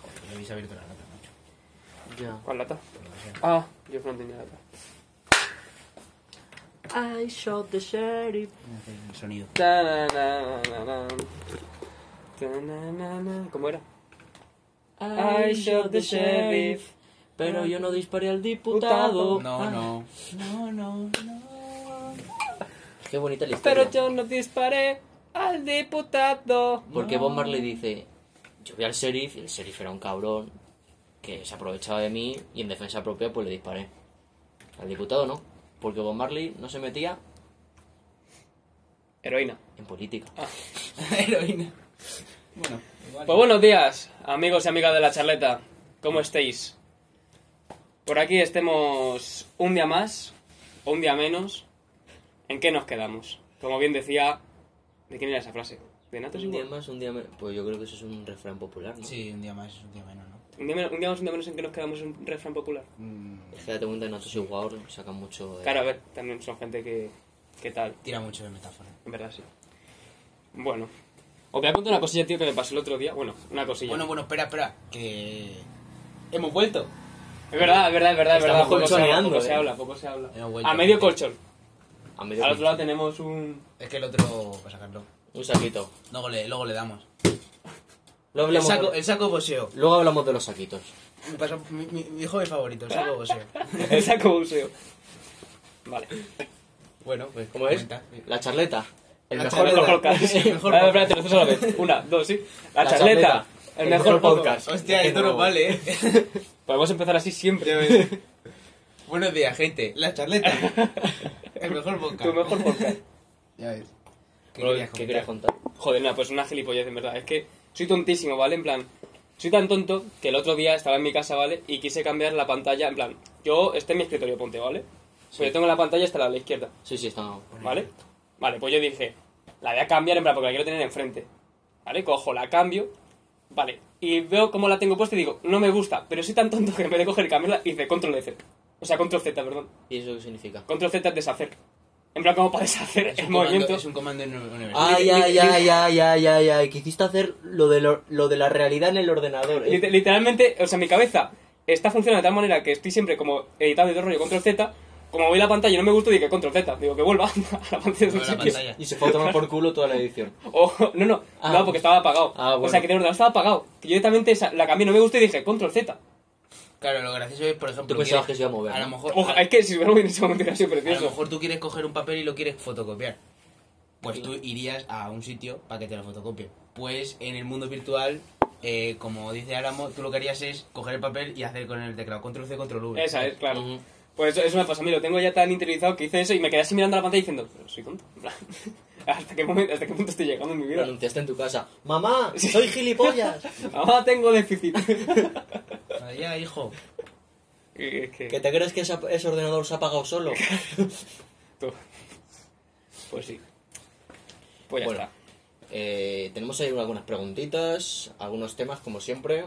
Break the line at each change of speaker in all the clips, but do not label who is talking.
Pues habéis abierto la lata, macho.
Ya.
¿Cuál lata?
Por lo que sea.
Ah, yo no tenía lata.
I shot the sheriff.
Hace El sonido.
Na, na, na, na, na. Na, na, na, na. ¿Cómo era?
I shot the sheriff. Pero yo no disparé al diputado.
No,
Ah,
no. No, no, no. Qué bonita la historia.
Pero yo no disparé al diputado.
Porque
No.
Bob Marley dice, yo vi al sheriff, y el sheriff era un cabrón que se aprovechaba de mí y en defensa propia pues le disparé. Al diputado no, porque Bob Marley no se metía
Heroína.
en política.
Ah, Heroína. Bueno, igual.
Pues buenos días, amigos y amigas de la charleta. ¿Cómo estéis? Por aquí estemos un día más o un día menos. ¿En qué nos quedamos? Como bien decía... ¿De quién era esa frase? ¿De Nato
Un día más, un día menos. Pues yo creo que eso es un refrán popular, ¿no?
pues Sí, un día más es un día menos, ¿no?
Un día, menos, un día más, un día menos en que nos quedamos en un refrán popular.
Mm,
Es que date cuenta que Natos y Guaor sacan mucho de...
Claro, a ver, también son gente que... ¿Qué tal?
tira mucho de metáfora.
En verdad, sí. Bueno. Os voy a contar una cosilla, tío, que me pasó el otro día. Bueno, una cosilla.
Bueno, bueno, espera, espera. Que. Hemos vuelto.
es verdad, es verdad, es verdad. Es verdad
Estamos
poco, se habla,
colchoneando,
poco se
eh.
habla, poco se habla.
Hemos vuelto.
A medio colchón.
A medio
Al otro lado
pinche.
tenemos un...
Es que el otro. Para sacarlo.
Un saquito.
Luego le, luego le damos.
Luego
El
hablamos,
saco,
de...
el saco boseo.
Luego hablamos de los saquitos.
Mi, paso- mi, mi- mi hobby favorito, el saco boseo.
El saco buceo. Vale.
Bueno, pues.
¿Cómo es?
comenta.
La charleta. El
La
mejor
charleta.
El mejor podcast.
El mejor
A ver, espérate, lo haces a la vez. Una, dos, sí. La,
La
charleta.
charleta.
El, mejor podcast.
Hostia, esto Este no vale, eh.
Podemos empezar así
Ya
siempre.
ves. Buenos días, gente. La charleta. El mejor podcast.
Tu mejor podcast.
Ya ves. ¿Qué
Bueno,
querías
¿Qué
comentar?
querías contar?
Joder, nada, pues una gilipollez, en verdad. Es que soy tontísimo, ¿vale? En plan, soy tan tonto que el otro día estaba en mi casa, ¿vale? Y quise cambiar la pantalla. En plan, yo, este es mi escritorio, ponte, ¿vale? Pues yo tengo la pantalla hasta la de la izquierda,
Sí, sí, está...
¿vale? Vale, pues yo dije, la voy a cambiar, en plan, porque la quiero tener enfrente. ¿Vale? Cojo, la cambio. Vale. Y veo cómo la tengo puesta y digo, no me gusta. Pero soy tan tonto que en vez de coger y cambiarla, hice control F. O sea, control Z, perdón.
¿Y eso qué significa?
Control Z es deshacer. En plan, como para deshacer
Es
el
un comando,
movimiento.
es un comando en universal.
Ay,
Li-
ay,
li-
ay, ay, ay, ay, ay, que quisiste hacer lo de, lo, lo de la realidad en el ordenador. ¿eh?
Liter- literalmente, o sea, mi cabeza está funcionando de tal manera que estoy siempre como editado de todo rollo control Z. Como voy la pantalla y no me gusta, digo control Z. Digo que vuelva a la
Vuelve
pantalla de
a
su
la
sitio.
pantalla.
Y se fue a tomar por culo toda la edición.
O, Oh, no, no,
Ah,
no, porque estaba apagado.
ah, bueno.
O sea, que de verdad estaba apagado. Que yo directamente esa- la cambié, no me gusta y dije control Z.
Claro, lo gracioso es, por ejemplo.
Tú
quieres-
pensabas que se iba a mover,
A lo
¿no?
mejor.
Ojo,
a,
es que si hubiera movido en ese momento hubiera sido
a lo
precioso.
mejor tú quieres coger un papel y lo quieres fotocopiar. Pues tú irías a un sitio para que te lo fotocopien. Pues en el mundo virtual, eh, como dice Álamo, tú lo que harías es coger el papel y hacer con el teclado control C, control V.
Esa es, claro.
Ujú.
Pues eso, eso me pasa a mí, lo tengo ya tan interiorizado que hice eso y me quedé así mirando la pantalla diciendo, pero soy tonto. En plan, ¿Hasta qué, momento, ¿Hasta qué punto estoy llegando en mi
Lo
vida?
anunciaste en tu casa. ¡Mamá, soy gilipollas!
Ahora tengo déficit.
Allá, hijo.
Y es que-
¿Que te crees que esa- ese ordenador se ha apagado solo?
Tú. Pues sí. Pues ya
Bueno.
está.
Eh, tenemos ahí algunas preguntitas, algunos temas, como siempre. Eh,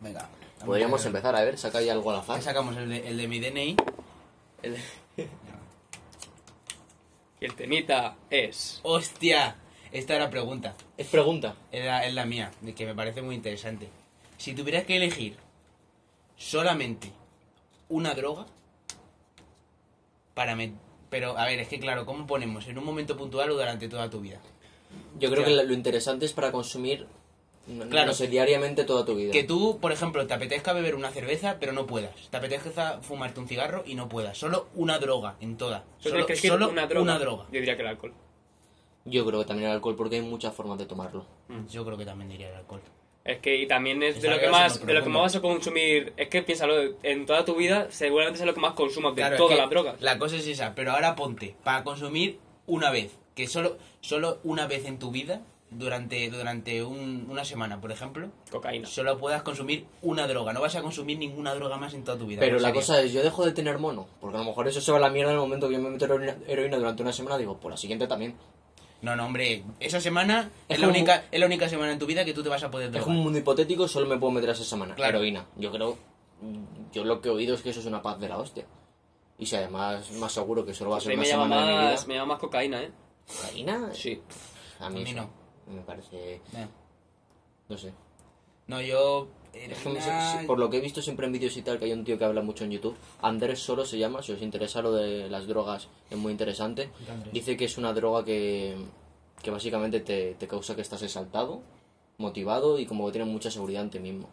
Venga.
Podríamos
Vamos
empezar, a ver, saca ahí algo al
a ver.
azar.
Ahí sacamos el de, el de mi DNI.
El-
Y el temita es.
¡Hostia! Esta era pregunta.
Es pregunta.
Es la, es la mía, de que me parece muy interesante. Si tuvieras que elegir solamente una droga para me- Pero, a ver, es que claro, ¿cómo ponemos? ¿En un momento puntual o durante toda tu vida?
Yo creo
Ya.
que la- lo interesante es para consumir, no,
Claro.
no sé, diariamente toda tu vida.
Que tú, por ejemplo, te apetezca beber una cerveza, pero no puedas. Te apetezca fumarte un cigarro y no puedas. Solo una droga en toda.
¿Tú
Solo,
crees que es
solo
una droga?
una droga.
Yo diría que el alcohol.
Yo creo que también el alcohol, porque hay muchas formas de tomarlo.
Yo creo que también diría el alcohol.
Es que y también es
Es
de lo
algo
que
más
más de lo que
profundo.
más vas a consumir. Es que piénsalo, en toda tu vida seguramente es lo que más consumas de
Claro, es
todas
que
las drogas.
La cosa es esa, pero ahora ponte, para consumir una vez, que solo, solo una vez en tu vida, durante, durante un- una semana, por ejemplo,
Cocaína.
solo puedas consumir una droga. No vas a consumir ninguna droga más en toda tu vida.
Pero
¿cuál
la
sería?
cosa es, yo dejo de tener mono, porque a lo mejor eso se va a la mierda en el momento que yo me meto heroína, heroína durante una semana, digo, por la siguiente también.
No, no, hombre, esa semana
Es
es, la
como-
única, es la única semana en tu vida que tú te vas a poder drogar.
Es como un mundo hipotético, solo me puedo meter esa semana.
Claro.
Heroína. Yo creo, yo lo que he oído es que eso es una paz de la hostia. Y si además más seguro que solo va a
A
ser
mí
una
me llama,
semana de mi vida.
más, me llama más cocaína, ¿eh?
¿Heroína?
Sí.
A
A
mí,
mí
eso
no.
Me parece,
Eh,
no sé.
No, yo...
Es que me-
Elena-
por lo que he visto siempre en vídeos y tal, que hay un tío que habla mucho en YouTube. Andrés Solo se llama, si os interesa lo de las drogas, es muy interesante.
Andrés.
Dice que es una droga que, que básicamente te, te causa que estás exaltado, motivado y como que tienes mucha seguridad en ti mismo.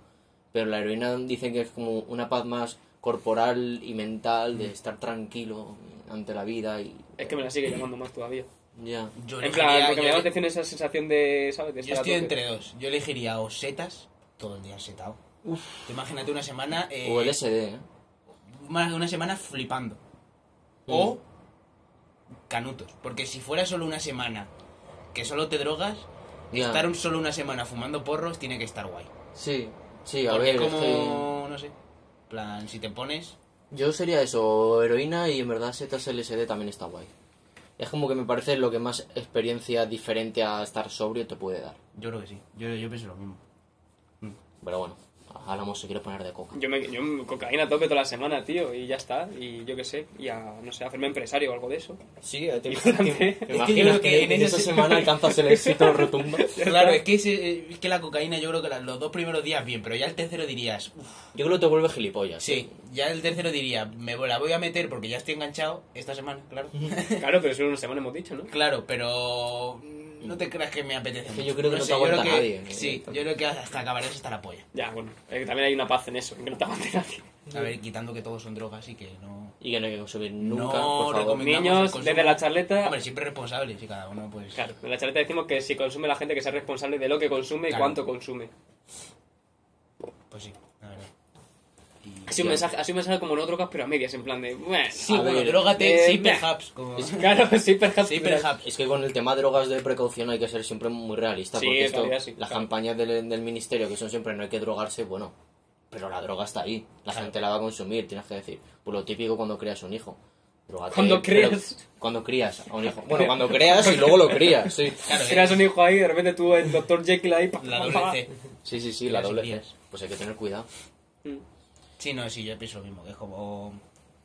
Pero la heroína dicen que es como una paz más corporal y mental,
Mm.
de estar tranquilo ante la vida y...
Es que me la sigue llamando más todavía.
Ya.
Yo
En
elegiría-
plan, porque me
yo
da la
le-
atención esa sensación de, ¿sabes? De
Yo
estar a
estoy
tope.
entre dos. Yo elegiría o setas, todo el día setado. Tú Imagínate una semana... eh,
O LSD, ¿eh?
más de una semana flipando.
Mm.
O canutos. Porque si fuera solo una semana que solo te drogas,
Mm. Ya.
estar un- solo una semana fumando porros tiene que estar guay.
Sí, sí, a
Porque
ver... es
como,
que-
no sé, plan, si te pones...
Yo sería eso, heroína y en verdad setas LSD también está guay. Es como que me parece lo que más experiencia diferente a estar sobrio te puede dar.
Yo creo que sí. Yo, yo pienso lo mismo.
Pero bueno, hablamos si quiero poner de coca.
Yo me yo me- cocaína a tope toda la semana, tío, y ya está. Y yo qué sé, y a, no sé, a hacerme empresario o algo de eso.
Sí, te,
te- te
imaginas creo que que en en
en
esa
esa
ese-
semana alcanzas el éxito rotundo.
Claro, es que, ese- es que la cocaína yo creo que la- los dos primeros días bien, pero ya el tercero dirías... "Uf".
Yo creo que te vuelves gilipollas.
sí, ya el tercero diría, me la voy a meter porque ya estoy enganchado esta semana, claro.
Claro, pero solo una semana hemos dicho, ¿no?
Claro, pero mm, no te creas que me apetece.
Es que
mucho.
yo creo que no te
yo creo
aguanta
que-
nadie.
Sí, yo creo que hasta acabarás hasta la polla.
Ya, bueno, es que también hay una paz en eso, en que no te aguante nadie.
A ver, quitando que todos son drogas y que no...
Y que no hay que consumir nunca,
No
por favor.
recomiendo- Convengamos, el
Niños,
consumo-
desde la charleta...
Hombre, siempre responsables y cada uno pues...
Claro, en la charleta decimos que si consume la gente que sea responsable de lo que consume y
Claro.
cuánto consume.
Pues sí, la verdad.
Ha
Y...
sido un
Ya.
mensaje, ha sido un mensaje como no drogas, pero a medias, en plan de... Bueno,
Sí,
A
Ah, bueno,
ver,
drogate,
eh,
sí,
meh.
perhaps. Como... Sí,
Claro, sí, perhaps.
perhaps.
Es que con el tema de drogas de precaución hay que ser siempre muy realista.
Sí,
porque
en
esto,
realidad sí,
las
claro.
campañas del, del ministerio, que son siempre no hay que drogarse, bueno, pero la droga está ahí. La
Claro.
gente la va a consumir, tienes que decir. Pues lo típico cuando creas un hijo. Drógate,
Cuando
pero-
creas.
Cuando crías a un hijo. Bueno, cuando creas y luego lo crías, sí.
Claro, eh.
Eras un hijo ahí, de repente tú, el doctor Jekyll ahí... pa,
La
pa, pa.
doble C.
Sí, sí, sí, la
Crías y
doble C.
crías.
Pues hay que tener cuidado.
Mm.
Sí, no, sí, yo pienso lo mismo, que es como...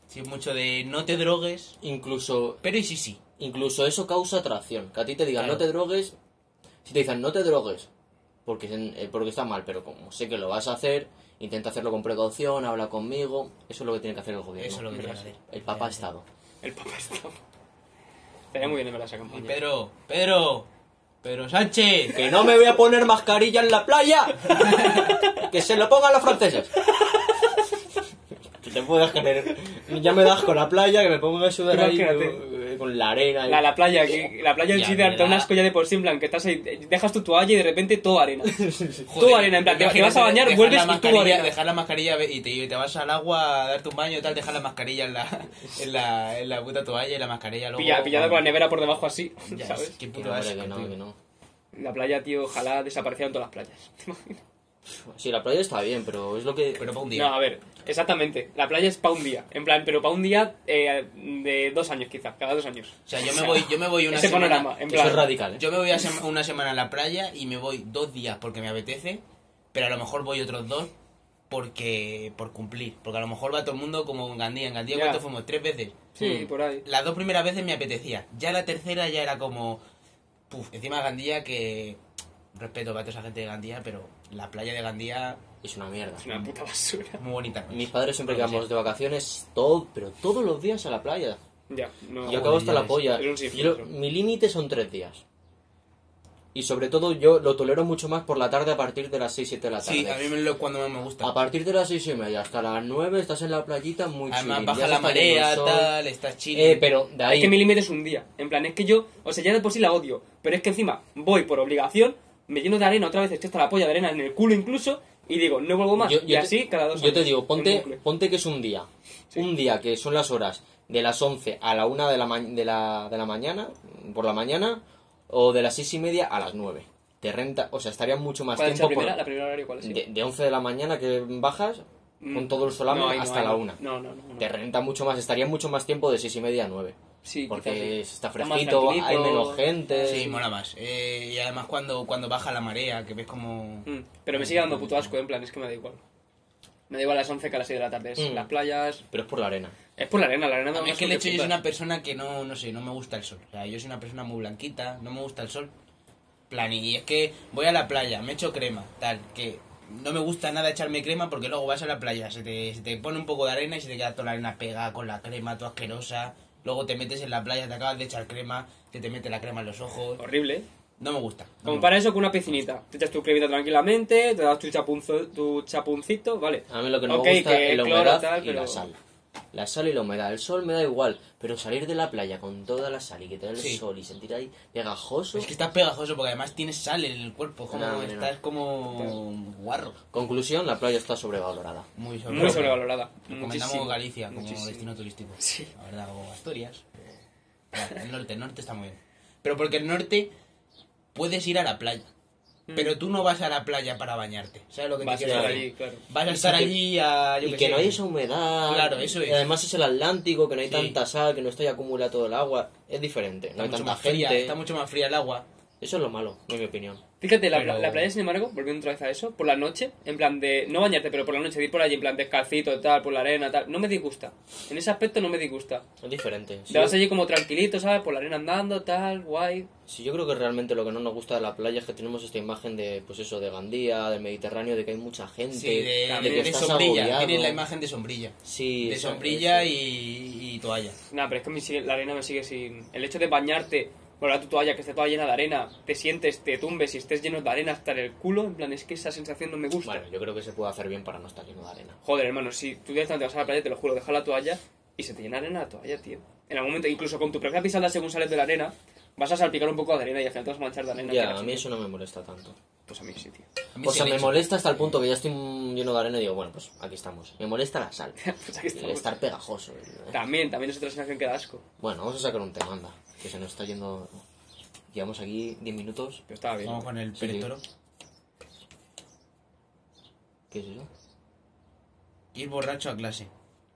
Sí, es mucho de no te drogues,
Incluso,
pero y sí, sí.
incluso eso causa atracción. Que a ti te digan
Claro.
no te drogues. Si te dicen no te drogues, porque, en- eh, porque está mal, pero como sé que lo vas a hacer, intenta hacerlo con precaución, habla conmigo. Eso es lo que tiene que hacer el gobierno.
Eso es lo que tiene que hacer.
El Papa ha estado.
El papá está... Estaría muy bien en ver esa
Y
campaña.
Pedro, Pedro, Pedro Sánchez.
¡Que no me voy a poner mascarilla en la playa! ¡Que se lo pongan los franceses! Que te puedas creer. Ya me das con la playa, que me pongo a sudar ahí
Imagínate.
eh, con la arena. y-
La, la playa, que, la playa en
eh, Ya,
sí de arte,
¿verdad?
un asco ya de por sí, en plan, que estás ahí, eh, dejas tu toalla y de repente todo arena.
Joder,
todo arena, en plan, te, te
imagínate
vas a bañar,
dejar
vuelves
la
y todo
mascarilla-
arena.
Dejar la mascarilla y te, y te vas al agua a darte un baño y tal, dejar la mascarilla en la, en la, en la puta toalla y la mascarilla luego...
Pilla- pillada con la nevera por debajo así,
Ya,
¿sabes?
es que
Que
puto
no, hombre,
asco,
que no,
tío.
que no.
La playa, tío, ojalá desaparecieran todas las playas. ¿Te imaginas?
Sí, la playa está bien, pero es lo que...
Pero para un
No,
día.
a ver, exactamente. La playa es para un día. En plan, pero para un día eh, de dos años, quizás, cada dos años.
O sea, yo me voy, yo me voy una
Ese
semana...
panorama, en
que eso
plan.
es radical, ¿eh?
Yo me voy a sema- una semana a la playa y me voy dos días porque me apetece, pero a lo mejor voy otros dos porque por cumplir. Porque a lo mejor va todo el mundo como en Gandía. En Gandía,
Ya.
¿cuánto fuimos? Tres veces.
Sí,
Mm.
por ahí.
Las dos primeras veces me apetecía. Ya la tercera ya era como... Puf, encima Gandía que... Respeto para toda esa gente de Gandía, pero la playa de Gandía
Es una mierda.
Es una puta basura.
muy bonita. ¿no?
Mis padres siempre
Lo
que
que
vamos de vacaciones, todo, pero todos los días a la playa.
Ya, no.
Yo acabo
Joder,
hasta
ya
la
ves.
polla.
Es un sinfín,
Yo-
¿no?
mi límite son tres días. Y sobre todo yo lo tolero mucho más por la tarde a partir de las 6, 7 de la tarde.
Sí, a mí me lo cuando más me gusta.
A partir de las 6 y media hasta las 9 estás en la playita muy chill.
Además baja
ya se
la
está yendo el
marea,
sol.
tal, estás chido.
Eh, pero de ahí...
Es que mi límite es un día. En plan, es que yo, o sea, ya de por sí la odio, pero es que encima voy por obligación, me lleno de arena otra vez, estoy hasta la polla de arena en el culo incluso, y digo, no vuelvo más. y
te-
así cada dos
yo te
años,
digo,
en
ponte,
bucle.
ponte que es un día. Un día que son las horas de las 11 a la 1 de la, ma- de la, de la mañana, por la mañana, o de las 6 y media a las 9. Te renta, o sea, estaría mucho más
¿Cuál es la
tiempo por-
primera? ¿La primera horario cuál es?
de, de 11 de la mañana que bajas con todo el solamo
Mm. No, ahí no,
hasta
ahí
la
no.
1.
No, no, no. no.
Te renta mucho más, estaría mucho más tiempo de 6 y media a 9.
Sí, quizás sí.
porque está
Está más
fresquito, hay
tranquilito.
menos gente.
Sí, mola más. Eh, y además cuando, cuando baja la marea, que ves como...
Mm, Pero me sigue dando puto asco, en plan, es que me da igual. Me da igual a las 11 que a las 6 de la tarde. Es
Mm.
las playas.
Pero es por la arena.
Es por la arena, la arena me da
A mí es
más
que el
asco
hecho yo
flipas.
soy una persona que no, no sé, no me gusta el sol. O sea, yo soy una persona muy blanquita, no me gusta el sol. Plan, y es que voy a la playa, me echo crema, tal, que no me gusta nada echarme crema porque luego vas a la playa, se te, se te pone un poco de arena y se te queda toda la arena pegada con la crema, toda asquerosa. Luego te metes en la playa, te acabas de echar crema, te, te mete la crema en los ojos.
Horrible.
No me gusta. no me
Compara eso con una piscinita. Te echas tu cremita tranquilamente, te das tu, chapunzo- tu chapuncito, ¿vale?
Ah,
A mí lo que no
Ok,
me gusta es la
cloro,
humedad
tal,
y
pero-
la sal. La sal y la humedad. El sol me da igual, pero salir de la playa con toda la sal y que te da el
Sí.
sol y sentir ahí
gusta.
pegajoso.
Es que estás pegajoso porque además tienes sal en el cuerpo, como
No, no, no.
estás como guarro.
Conclusión, la playa está sobrevalorada.
Muy
Muy
sobrevalorado.
sobrevalorada. Muchísimo.
Recomendamos Galicia como
Muchísimo.
destino turístico. La verdad, o Asturias. Claro, El norte, el norte está muy bien. Pero porque el norte puedes ir a la playa.
Mm.
Pero tú no vas a la playa para bañarte. ¿Sabes lo que
Vas a
te quiero
estar
decir?
allí, claro.
Vas a
Y
estar
que-
allí a. Ah, yo
y
qué
que
sé,
no hay esa humedad.
Claro, eso es.
Y además es el Atlántico, que no hay
Sí.
tanta sal, que no está y acumula todo el agua. Es diferente,
Está
no hay
mucho,
tanta
más fría,
gente.
está mucho más fría el agua.
Eso es lo malo, en mi opinión.
Fíjate, la,
Pero-
la playa, sin embargo, volviendo otra vez a eso, por la noche, en plan de. No bañarte, pero por la noche, de ir por allí, en plan descalcito, tal, por la arena, tal. No me disgusta. En ese aspecto no me disgusta.
Es diferente. Si
Te
yo,
vas allí como tranquilito, ¿sabes? Por la arena andando, tal, guay.
si yo creo que realmente lo que no nos gusta de la playa es que tenemos esta imagen de, pues eso, de Gandía, del Mediterráneo, de que hay mucha gente,
Sí, de, de-
que
de
estás
sombrilla.
agobiado.
Tienes la imagen de sombrilla.
Sí,
de
eso-
sombrilla
eso.
y, y toalla.
Nada, pero es que me sigue- la arena me sigue sin. El hecho de bañarte, volar tu toalla, que esté toda llena de arena, te sientes, te tumbes y estés lleno de arena hasta en el culo, en plan, es que esa sensación no me gusta.
Bueno, yo creo que se puede hacer bien para no estar lleno de arena.
Joder, hermano, si tú directamente vas a la playa, te lo juro, deja la toalla y se te llena de arena la toalla, tío. En algún momento, incluso con tu propia pisada, según sales de la arena, vas a salpicar un poco de arena y al final te vas a manchar de arena.
Ya,
quieras,
a mí
tío.
eso no me molesta tanto.
Pues a mí sí, tío.
A mí
O
se
sea,
le
me
echa.
molesta hasta el punto que ya estoy mm, lleno de arena y digo, bueno, pues aquí estamos. Me molesta la sal.
Pues aquí
El
estamos.
estar pegajoso. ¿eh?
También, también es otra sensación que da asco.
Bueno, vamos a sacar un tema, anda. Que se nos está yendo... Llevamos aquí 10 minutos.
Pero estaba bien.
Vamos con el
Sí,
peretoro.
¿Qué es eso?
Ir borracho a clase.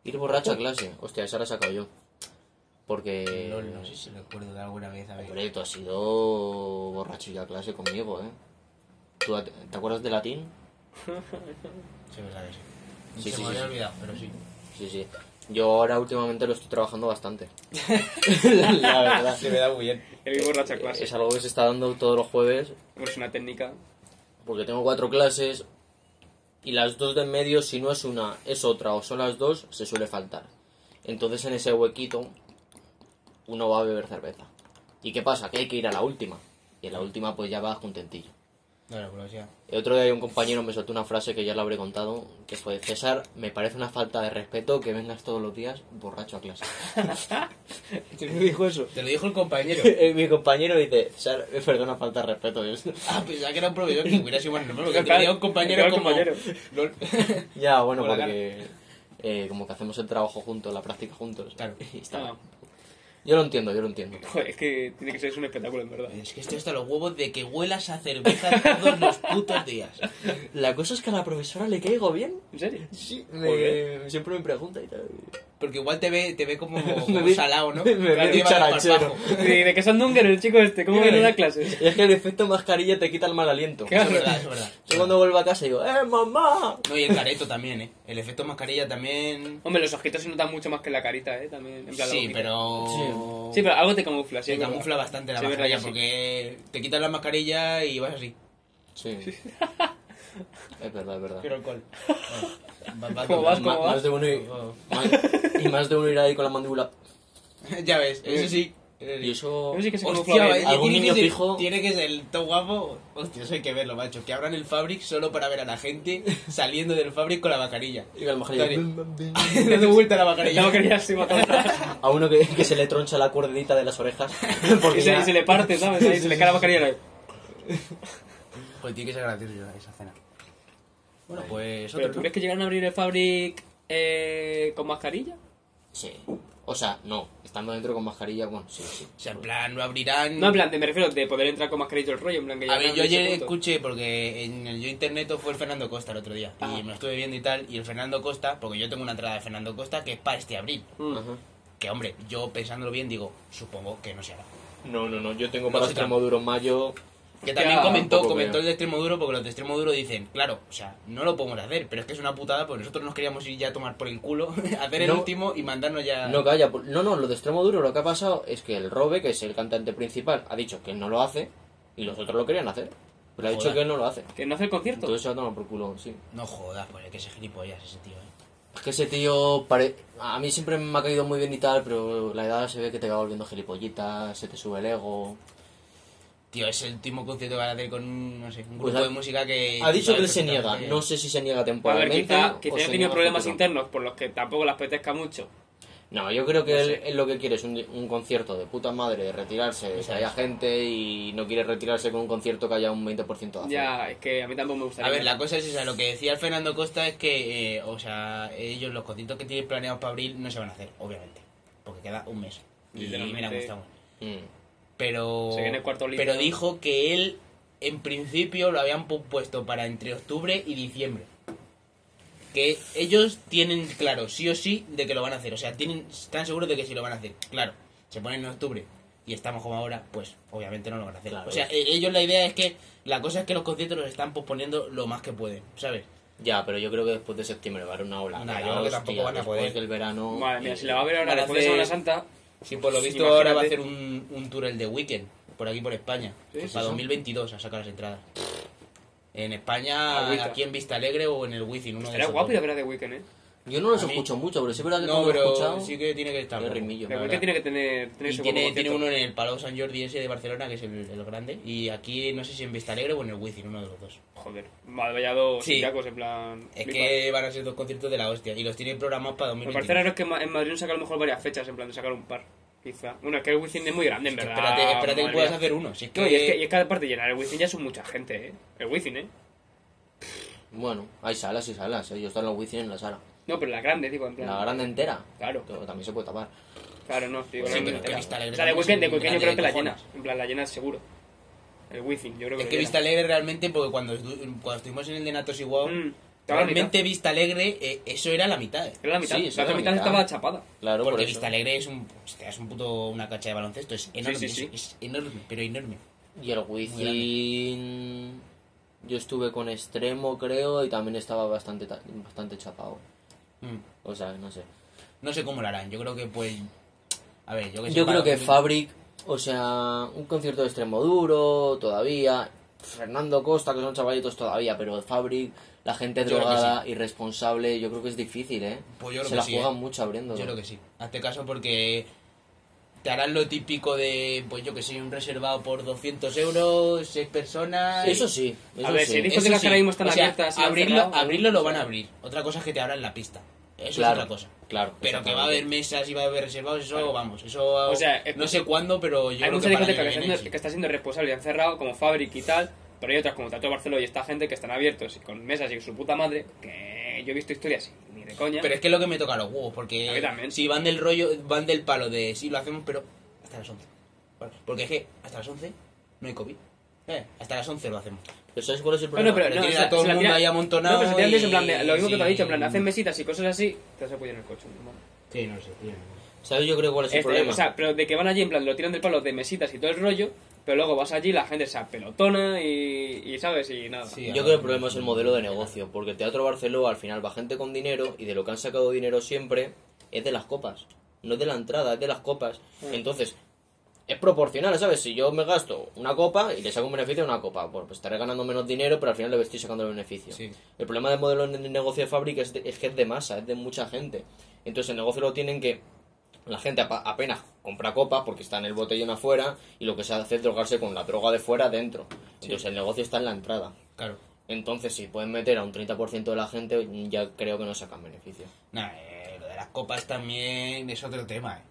Ir borracho a clase. Hostia, esa la he sacado yo. Porque...
Lol, no sé si recuerdo de alguna vez. A ver.
Eh, Hombre, tú has sido borracho ya a clase conmigo, ¿eh? ¿Tú, at- ¿Te acuerdas de latín?
Sí, verdad que sí.
Sí,
Se
sí,
me
sí,
había
sí.
olvidado, pero sí.
Sí, sí. Yo ahora últimamente lo estoy trabajando bastante. la, la
Ah,
verdad.
Se me da muy bien.
El vivo borracha clase.
Es algo que se está dando todos los jueves
Es una técnica.
porque tengo cuatro clases y las dos de en medio, si no es una, es otra o son las dos, se suele faltar. Entonces en ese huequito uno va a beber cerveza. ¿Y qué pasa? Que hay que ir a la última. Y en la última pues ya vas contentillo.
No, no, pero sea.
El otro día un compañero me soltó una frase que ya la habré contado, que fue, César, me parece una falta de respeto que vengas todos los días borracho a clase. ¿Quién me dijo eso?
Te lo dijo el compañero.
Mi compañero dice, César, me parece una falta de respeto. Yo,
Ah, pensaba que era un proveedor que hubiera sido más normal. Porque
Claro,
tenía un compañero
claro,
como.
compañero.
Lol.
Ya, bueno,
Por la
porque eh, como que hacemos el trabajo juntos, la práctica juntos.
Claro.
Y está
Ah,
mal. Yo lo entiendo, yo lo entiendo.
joder, es que tiene que ser un espectáculo, en verdad.
Es que estoy hasta los huevos de que huelas a cerveza todos los putos días.
La cosa es que a la profesora le caigo bien.
¿En serio?
Sí,
me-
siempre me pregunta y tal.
Porque igual te ve, te ve como, como
ve-
salado, ¿no?
me ve
Claro, te lleva
dicharachero.
de parpajo.
¿De, de qué son Dunker el chico este? ¿Cómo que no da clases?
Y es que el efecto mascarilla te quita el mal aliento.
Eso es verdad, eso es verdad.
Yo cuando vuelvo a casa digo, ¡eh, mamá!
No, y el careto también, ¿eh? El efecto mascarilla también.
Hombre, los ojitos se notan mucho más que en la carita, ¿eh? También, en plan, la
Sí,
boquita.
pero.
Sí, pero algo te camufla, sí.
Se
es verdad.
camufla bastante la
Sí, es verdad
mascarilla
que sí.
porque te quitas la mascarilla y vas así.
Sí. es verdad, es verdad.
Pero alcohol.
¿Cómo vas?
Ma-
vas?
más de uno
Oh,
y, más- y más de uno irá ahí con la mandíbula.
Ya ves, eso sí. eh,
Y eso...
Eso sí que se camufla
Hostia,
bien.
vaya,
Algún
¿eh? tiene
niño
que ser,
pijo-
Tiene que ser el top guapo. Hostia, eso hay que verlo, macho. Que abran el Fabric solo para ver a la gente saliendo del Fabric con la mascarilla.
Y que a lo mejor digo,
Dale.
"Bum, bum, bum".
Dando vuelta a la
Ya
mascarilla.
lo quería así matar.
A uno que, que se le troncha la cuerdita de las orejas. Porque
Y se,
ya-
y se le parte, ¿sabes? Ahí se le cae la mascarilla. ahí.
Pues tiene que ser gracioso esa cena. Bueno, pues
¿Pero
otro.
tú
¿no?
crees que llegan a abrir el Fabric eh, con mascarilla?
Sí. O sea, no. Estando dentro con mascarilla, bueno, sí, sí.
O sea, en plan, lo abrirán.
No, en plan, de- me refiero de poder entrar con mascarilla el rollo, en plan que ya
A ver,
no
yo
ese
ayer
punto.
escuché, porque en el Yo Internet fue el Fernando Costa el otro día,
Ah.
y me lo estuve viendo y tal, y el Fernando Costa, porque yo tengo una entrada de Fernando Costa que es para este abril,
Mm.
que hombre, yo pensándolo bien digo, supongo que no se hará.
No, no, no. Yo tengo
para
para Extremoduro en mayo.
Que también
Ya,
comentó,
tampoco
comentó
creo.
el de extremo duro, porque los de extremo duro dicen, claro, o sea, no lo podemos hacer, pero es que es una putada, porque nosotros nos queríamos ir ya a tomar por el culo, hacer el
No.
último y mandarnos ya...
No, calla. por- No, no. Lo de Extremoduro lo que ha pasado es que el Robe, que es el cantante principal, ha dicho que no lo hace y los otros lo querían hacer. Pero ha dicho
Joder.
que él no lo hace.
Que no hace el concierto.
Entonces se va a tomar por culo, sí.
No jodas, pues es que ese gilipollas, ese tío, eh.
Es que ese tío, pare- a mí siempre me ha caído muy bien y tal, pero la edad se ve que te va volviendo gilipollita, se te sube el ego.
Tío, es el último concierto que van a hacer con, no sé, un
Pues
grupo
ha-
de música que...
Ha dicho que él se niega,
perfectamente-
no sé si se niega
Eh, a ver,
temporalmente.
quizá, quizá
o
haya
se
tenido
niega
problemas
futuro.
internos por los que tampoco les apetezca mucho.
No, yo creo que
No
él,
sé.
él lo que quiere es un, un concierto de puta madre, de retirarse, de que haya gente y no quiere retirarse con un concierto que haya un 20% de aforo.
Ya, es que Ah, a mí tampoco me gustaría.
A ver, la cosa es esa, lo que decía el Fernando Costa es que, eh, o sea, ellos los conciertos que tienen planeados para abril no se van a hacer, obviamente, porque queda un mes. Y
Literalmente.
mira, gusta mucho.
Mm.
Pero,
Se viene el cuarto olímpico.
pero dijo que él, en principio, lo habían pu- puesto para entre octubre y diciembre. Que ellos tienen claro, sí o sí, de que lo van a hacer. O sea, tienen, están seguros de que sí lo van a hacer. Claro, se ponen en octubre y estamos como ahora, pues obviamente no lo van a hacer.
Claro.
o sea, e- ellos la idea es que la cosa es que los conciertos los están posponiendo lo más que pueden, ¿sabes?
Ya, pero yo creo que después de septiembre va a haber una ola.
Nah,
de
yo creo que
hostia,
tampoco van a
después
poder.
del verano.
Madre mía,
y-
si la va a ver ahora
Van a
después de
hacer-
Semana Santa.
Sí, por lo visto
Imagínate.
ahora va a hacer un, un tour el de Weekend, por aquí por España. Pues
Sí, sí,
para
sí.
2022 a sacar las entradas. En España,
Agüita.
aquí en Vista Alegre o en el Wizzing, uno de
Era
esos
guapo ir a
dos.
ver a The Weeknd, ¿eh?
Yo no los
A mí-
escucho mucho, pero sí es verdad que
No,
cuando lo he
pero
escuchado...
sí que tiene que estar.
Qué
guapo.
rimillo,
La
The Weeknd
verdad.
tiene que tener, tener
Y
su
tiene,
buen
tiene
concierto.
uno en el Palau San Jordi ese de Barcelona, que es el, el grande. Y aquí, no sé si en Vista Alegre o en el Wizzing, uno de los dos.
Joder, madre vaya dos
Sí.
sillacos, en plan.
Es
flipa.
que van a ser dos conciertos de la hostia. Y los tienen programados para
Me parece
2022.
raro que en Ma- en Madrid no saca a lo mejor varias fechas, en plan de sacar un par, quizá. Bueno, es que el Wizzing es muy grande, en
Es que
verdad.
espérate, espérate que
madre
puedas
mía.
hacer uno. Si es que,
No, y, es que, y es que aparte llenar el Wizzing ya son mucha gente, ¿eh? El Wizzing, ¿eh?
Bueno, hay salas y salas. ¿eh? Yo estaba en la wifi en la sala.
No, pero la grande, digo, en plan.
La grande entera.
Claro.
Pero también se puede tapar.
Claro, no, digo,
Sí,
la
pero
grande
es que
entera.
Vista
Alegre
O sea, de
también
Weekend,
es
de Weeknd yo
grande
creo que
de
la
cojones.
llenas. En plan, la llenas seguro. El Wizzing, yo creo
Es
que lo
que
llena.
Vista Alegre realmente, porque cuando, estu- cuando estuvimos en el de Natos y Guau,
Mm, estaba la mitad.
realmente Vista Alegre, eh, eso era la mitad. eh.
Era la mitad.
Sí,
la
sí,
otra
la
mitad
mitad.
estaba chapada.
Claro,
Porque
por eso.
Vista Alegre es un, hostia, es un puto, una cancha de baloncesto, es enorme,
sí, sí.
Es, es enorme, pero enorme.
Y el wifi... Yo estuve con extremo, creo, y también estaba bastante, ta- bastante chapado.
Mm.
O sea, no sé.
No sé cómo lo harán, yo creo que pues... A ver, yo que sé,
Yo
para
creo que
mí-
Fabric, o sea, un concierto de extremo duro todavía, Fernando Costa, que son chavalitos todavía, pero Fabric, la gente
Yo creo que
drogada, irresponsable, yo creo que es difícil, ¿eh?
Pues yo creo
Se
que
la
sí,
juegan
¿eh?
mucho abriendo.
Yo creo que sí. Hazte caso porque te harán lo típico de, pues yo que sé, un reservado por 200 euros, seis personas...
Eso sí, eso
A ver,
sí.
si dices-
Eso
Discotecas que
sí,
ahora mismo están
o sea,
abiertas y han
abrirlo,
cerrado.
abrirlo lo van a abrir. Otra cosa es que te abran la pista. Eso
Claro,
es otra cosa.
claro,
Pero que va a haber mesas y va a haber reservados, eso vamos. Eso
O sea, es-
no sé cuándo, pero yo
Hay
creo
muchas
que para el
discotecas que,
año
están
que viene
siendo-
sí.
que están siendo responsables y han cerrado, como Fabric y tal, pero hay otras como Tato Barceló y esta gente que están abiertos y con mesas y su puta madre, que yo he visto historias y ni de coña.
Pero es que es lo que me toca los huevos,
A mí
porque
también.
si van del rollo, van del palo de sí lo hacemos, pero hasta las 11. Bueno, Porque es que hasta las 11 no hay COVID. Eh, hasta las 11 lo hacemos.
Pero ¿sabes cuál es el
bueno,
problema?
pero
le
no,
tienen
o sea,
a todo
se
el
la
mundo
tiran-
ahí amontonado
No, pero se tiran de eso, en plan, de-
y
lo mismo que te he dicho, en plan,
sin-
hacen mesitas y cosas así, te se apoyan en el coche. ¿no?
Sí, no sé, tío.
¿Sabes yo creo cuál es el
Este,
problema?
o sea, pero de que van allí, en plan, lo tiran del palo de mesitas y todo el rollo, pero luego vas allí, la gente se apelotona y, y ¿sabes? Y nada.
Sí.
Yo creo que el problema es el modelo de negocio, porque el Teatro Barceló al final va gente con dinero y de lo que han sacado dinero siempre es de las copas, no es de la entrada, es de las copas.
Mm.
Entonces, es proporcional, ¿sabes? Si yo me gasto una copa y le saco un beneficio a una copa, bueno, pues estaré ganando menos dinero, pero al final le estoy sacando el beneficio.
Sí.
El problema del modelo de negocio de fábrica es, de- es que es de masa, es de mucha gente. Entonces el negocio lo tienen que... La gente apa- apenas compra copas porque está en el botellón afuera y lo que se hace es drogarse con la droga de fuera dentro. Entonces el negocio está en la entrada.
Claro.
Entonces, si pueden meter a un 30% de la gente, ya creo que no sacan beneficio.
Nah, eh, lo de las copas también es otro tema, eh.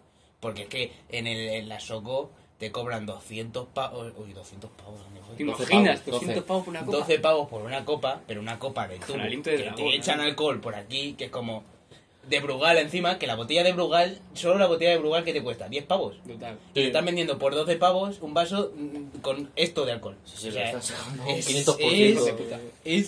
Porque es que en, el, en la Soco te cobran 200 pavos. Uy, 200 pavos, ¿dónde
¿Te
joder?
12
imaginas?
pavos,
200
12.
pavos por una copa.
12 pavos por una copa, pero una copa de tubo.
el aliento de
que
dragón,
te echan
¿eh?
alcohol por aquí, que es como. De Brugal encima, que la botella de Brugal, solo la botella de Brugal que te cuesta 10 pavos.
Total.
Y te están vendiendo por 12 pavos un vaso mm, con esto de alcohol.
Sí, sí,
O
lo
sea,
están sacando un
es-
500%.
es-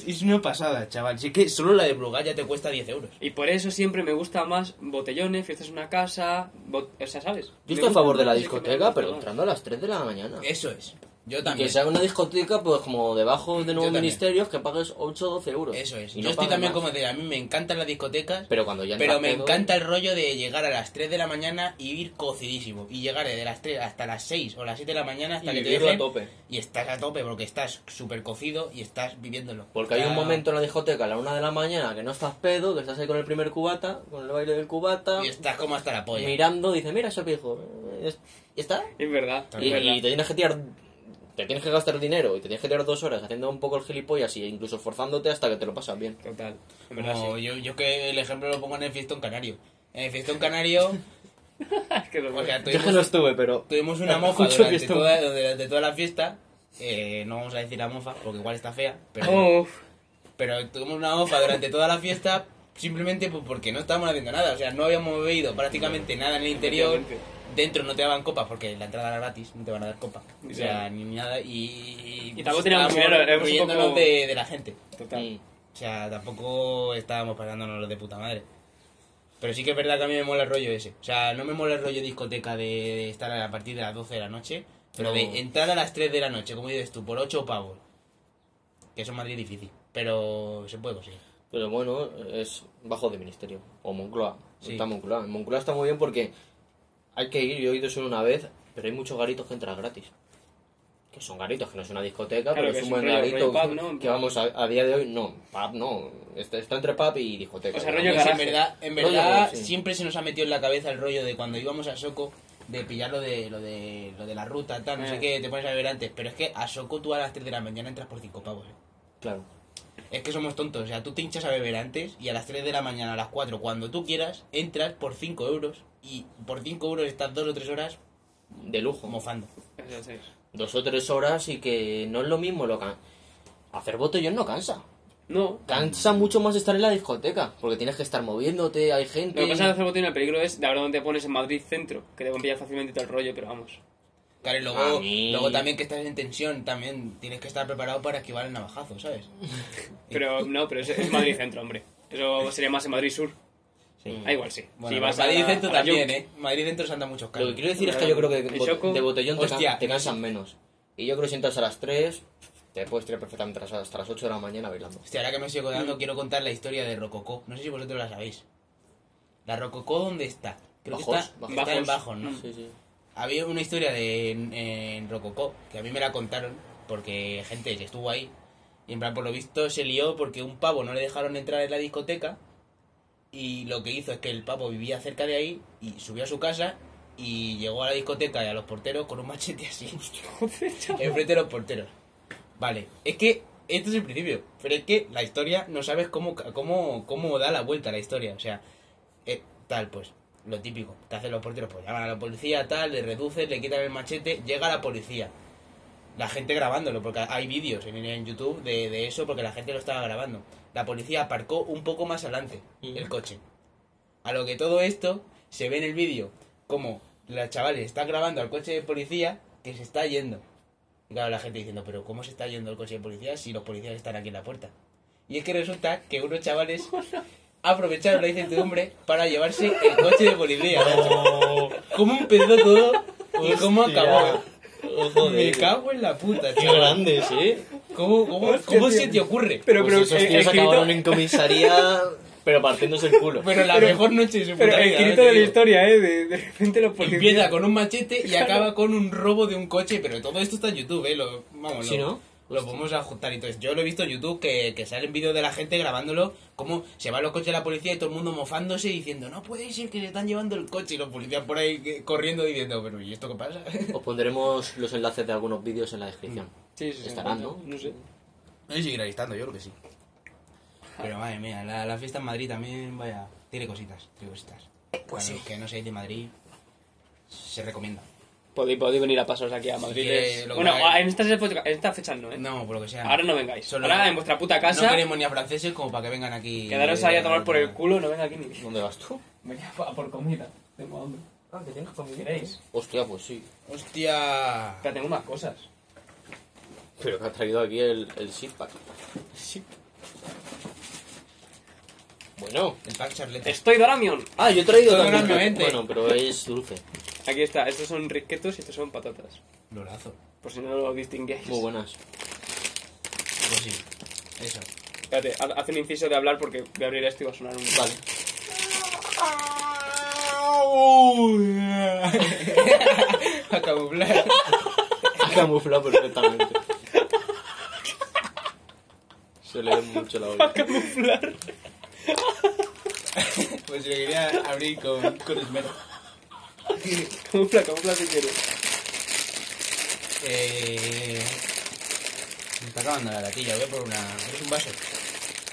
es, es una pasada, chaval. Si es que solo la de Brugal ya te cuesta 10 euros.
Y por eso siempre me gusta más botellones, fiestas en una casa, bot- o sea, ¿sabes?
Yo
Me
estoy a
gusta
favor de la
más, es que me
discoteca,
gusta
pero
más.
entrando a las 3 de la mañana.
Eso es. Yo
Y
también.
que sea una discoteca, pues como debajo de nuevos
también.
ministerios, que pagues 8 o 12 euros.
Eso es.
Y
Yo
no
estoy
pagas
también
más.
como de, a mí me encantan las discotecas,
Pero cuando ya
Pero
entras
me
pedo-
encanta el rollo de llegar a las 3 de la mañana y ir cocidísimo. Y llegar desde las 3 hasta las 6 o las 7 de la mañana hasta
Y
que te
vivirlo a
dejen,
tope.
Y estás a tope porque estás súper cocido y estás viviéndolo.
Porque hay un
Está-
momento en la discoteca a la una de la mañana que no estás pedo, que estás ahí con el primer cubata, con el baile del cubata,
Y estás como hasta la polla.
mirando, dice, mira ese pijo, eh, es- ¿y está?
Es verdad.
Tal
Y,
es verdad.
y te tienes que tirar, te tienes que gastar dinero y te tienes que tirar dos horas haciendo un poco el gilipollas y incluso forzándote hasta que te lo pasas bien.
Total. En verdad
Como
sí.
yo, yo que el ejemplo lo pongo en el fiestón canario. En el fiestón canario,
Es que lo
o sea,
Yo
tuvimos,
que no estuve, pero...
tuvimos una mofa
Escucho
durante
fiestón.
toda, durante toda la fiesta. Eh, no vamos a decir la mofa porque igual está fea, pero...
Oh.
Uf.
Pero tuvimos una mofa durante toda la fiesta simplemente pues, porque no estábamos haciendo nada. O sea, no habíamos bebido prácticamente nada en el interior.
Efectivamente.
Dentro no te daban copas porque la entrada era gratis, no te van a dar copas. O sea, ni nada. Y, pues,
Y tampoco teníamos
estábamos
dinero, era un
riéndonos
poco-
de, de la gente.
Total.
Mm.
O sea, tampoco estábamos pasándonos los de puta madre. Pero sí que es verdad que a mí me mola el rollo ese. O sea, no me mola el rollo discoteca de estar a partir de las 12 de la noche, pero
No.
de entrar a las 3 de la noche, como dices tú, por 8 pavos. Que eso en Madrid es difícil, pero se puede conseguir.
Pero bueno, es bajo de ministerio. O Moncloa.
Sí.
Está Moncloa. En Moncloa está muy bien porque hay que ir. Yo he ido solo una vez, pero hay muchos garitos que entran gratis. Que son garitos, que no es una discoteca,
Claro,
pero
que
es un
es
buen
un rollo-
garito.
rollo pub, ¿no?
Que vamos, a, a día de hoy, no. Pub no. Está, está entre pub y discoteca.
O sea, rollo
Pues
Vamos,
en
garaje.
verdad, en
Rollo
verdad
garaje, sí.
siempre se nos ha metido en la cabeza el rollo de cuando íbamos a Soco de pillar lo de, lo de, lo de la ruta, tal, no
Eh.
sé qué, te pones a beber antes. Pero es que a Soco tú a las 3 de la mañana entras por 5 pavos. eh.
Claro.
Es que somos tontos, o sea, tú te hinchas a beber antes y a las 3 de la mañana, a las 4, cuando tú quieras, entras por 5 euros y por 5 euros estás 2 o 3 horas
De lujo.
mofando.
Eso sí.
Dos o tres horas y que no es lo mismo. lo can- Hacer botellón no cansa.
No.
Cansa mucho más estar en la discoteca. Porque tienes que estar moviéndote, hay gente.
Lo que pasa de hacer botín el peligro es de ahora donde te pones en Madrid centro, que te pillar fácilmente todo el rollo, pero vamos.
Claro, y
A
luego,
mí-
luego también que estás en tensión, también tienes que estar preparado para esquivar el navajazo, ¿sabes?
Pero no, pero es, es Madrid centro, hombre. Eso sería más en Madrid sur.
Sí.
Ah, igual sí.
Bueno, pues
si vas
Madrid
a,
Centro
a
también,
Yonki,
¿eh? Madrid Centro se anda muchos
Lo
carros.
que quiero decir es que yo creo que
El
bot-
Choco-
de botellón te, can-
Hostia.
te cansan menos. Y yo creo que si entras a las 3, te puedes tirar perfectamente hasta las- hasta las 8 de la mañana bailando.
Hostia, ahora que me sigo
Mm.
dando, quiero contar la historia de Rococó. No sé si vosotros la sabéis. ¿La Rococó dónde está? Creo
Bajos,
que está,
bajos. Mm.
está en Bajos, ¿no?
Sí, sí.
Había una historia de, en, en Rococó, que a mí me la contaron, porque gente que estuvo ahí, y en plan, por lo visto se lió porque un pavo no le dejaron entrar en la discoteca, y lo que hizo es que el pavo vivía cerca de ahí, y subió a su casa, y llegó a la discoteca y a los porteros con un machete así, enfrente de los porteros. Vale, es que esto es el principio, pero es que la historia no sabes cómo, cómo, cómo da la vuelta la historia, o sea, eh, tal, pues, lo típico. Te hacen los porteros, pues llaman a la policía, tal, le reducen, le quitan el machete, llega la policía. La gente grabándolo, porque hay vídeos en, en YouTube de, de eso, porque la gente lo estaba grabando. La policía aparcó un poco más adelante
Mm.
el coche. A lo que todo esto se ve en el vídeo, como los chavales están grabando al coche de policía que se está yendo. Y claro, la gente diciendo, pero ¿cómo se está yendo el coche de policía si los policías están aquí en la puerta? Y es que resulta que unos chavales aprovecharon la incertidumbre para llevarse el coche de policía.
Oh,
macho. ¿Cómo empezó todo y cómo
Hostia.
acabó? Me
oh, Joder.
cago en la puta,
Qué
tío.
grandes, ¿eh?
¿Cómo, cómo,
Hostia,
cómo
tío.
se te ocurre?
Pero,
Pues
pero,
esos
eh,
tíos
el grito-
acabaron en comisaría, pero partiéndose el culo.
Pero la
pero-
mejor noche de su
Pero
puta
el
vida, ¿no?
grito de
Te
la
digo.
historia, ¿eh? De, de repente los policías.
Empieza con un machete y acaba con un robo de un coche, pero todo esto está en YouTube, ¿eh? Lo, vamos,
¿Sí,
lo,
no?
lo podemos ajustar. Entonces, yo lo he visto en YouTube que, que salen vídeos de la gente grabándolo, cómo se va los coches de la policía y todo el mundo mofándose y diciendo, no puede ser que se están llevando el coche y los policías por ahí que- corriendo diciendo, pero ¿y esto qué pasa?
Os pondremos los enlaces de algunos vídeos en la descripción.
Sí, sí, sí,
Estarán,
no,
¿no?
No sé.
No sé si seguirá estando, yo creo que sí. Pero madre mía, la, la fiesta en Madrid también, vaya, tiene cositas, tiene cositas. Pues que no seáis de Madrid, se recomienda.
Podéis, podéis venir a pasos aquí a Madrid.
Sí,
es-
lo que
bueno,
hay.
en estas, época- en estas fechas no, ¿eh?
No, por lo que sea.
Ahora no vengáis.
Solo-
Ahora en vuestra puta
No
casa.
queremos ni a franceses como para que vengan aquí.
quedaros ahí a tomar por el culo, no venga aquí ni.
¿Dónde vas tú?
Venía a por comida. Tengo hambre.
Ah, que tienes comida.
¿Queréis?
Hostia, pues sí.
Hostia.
Que tengo más cosas.
Pero que ha traído aquí el, el six pack. Bueno.
El pack charleta.
Estoy Doramion.
Ah, yo he traído
Todo
también.
grandemente.
Bueno, pero es dulce.
Aquí está. Estos son risquetos y estos son patatas.
Mm. Lorazo.
Por si no lo distinguéis.
Muy buenas.
Pues sí. Eso.
Espérate, ha- haz un inciso de hablar porque voy a abrir esto y va a sonar un.
Vale.
A camuflar.
Ha camuflado perfectamente. Se le ve mucho la olla.
Pues lo quería abrir con, con esmero.
Camufla, camufla si quieres.
Eh, se me está acabando la latilla, voy a por una. ¿Quieres un vaso?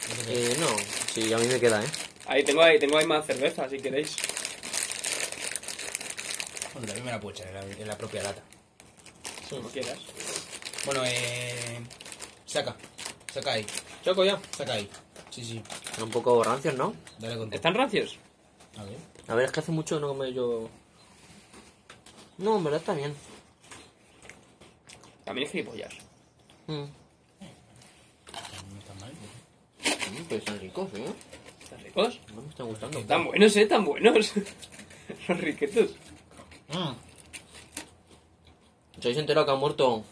No sé qué.
Eh, no, sí, a mí me queda, ¿eh?
Ahí tengo, ahí tengo ahí más cerveza si queréis.
Bueno, también me la puedo echar en la, en la propia lata.
Como quieras.
Bueno, eh. Saca. Saca ahí.
Choco ya.
Saca ahí. Sí, sí.
Un poco rancios, ¿no?
Dale con todo.
¿Están rancios?
A ver.
A ver, es que hace mucho no me yo... No, en verdad está bien.
También es gilipollas.
Mm.
No está mal. ¿no?
Mm, Pues están ricos, ¿eh?
¿Están ricos?
No me están gustando.
Están buenos, eh, tan buenos. Los riquetos.
Mm.
¿Se habéis enterado que ha muerto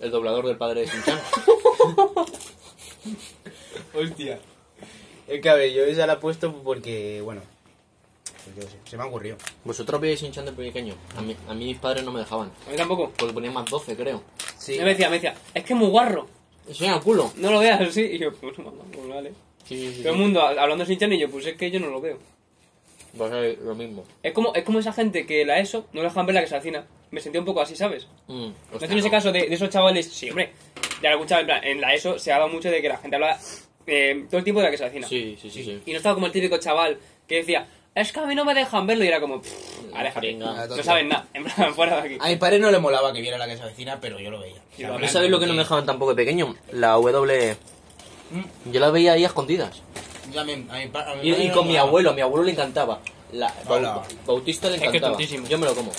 el doblador del padre de Sinchan?
Hostia. El cabrón, yo esa la he puesto porque, bueno. pues yo qué sé, se me ha ocurrido.
¿Vosotros veis Sinchan de pequeño? A mí, a mí mis padres no me dejaban.
A mí tampoco.
Porque ponían más 12, creo.
Sí.
Me decía, me decía, es que es muy guarro.
Eso era culo.
No lo veas así. Y yo, pues, mamá, pues vale.
Sí, sí, sí.
Todo el mundo a- hablando sin chan y yo, pues es que yo no lo veo.
Va a ser lo mismo.
Es como, es como esa gente que la ESO no la dejan ver la que se hacina. Me sentí un poco así, ¿sabes?
Mm,
No
hostia,
tiene ese caso de, de esos chavales. Sí, hombre. Ya lo he escuchado, en plan, en la ESO se habla mucho de que la gente habla eh, todo el tiempo de la que se vecina.
Sí, sí, sí, sí.
Y no estaba como el típico chaval que decía, es que a mí no me dejan verlo. Y era como, "Pff, aléjate.
Pringa.
No saben nada. En plan, fuera de aquí.
Ah,
A mi padre no le molaba que viera la casa vecina, pero yo lo veía.
Sí, a mí
¿Y sabéis lo que no me dejaban tampoco de pequeño? La W.
Mm.
Yo la veía ahí a escondidas.
Yo también, a mi pa- a mi
Y,
padre
y
no
con
le
mi
molaba.
abuelo, a mi abuelo le encantaba. La,
Hola.
Bau- Bautista le
Es que
encantaba.
tontísimo.
Yo me lo como.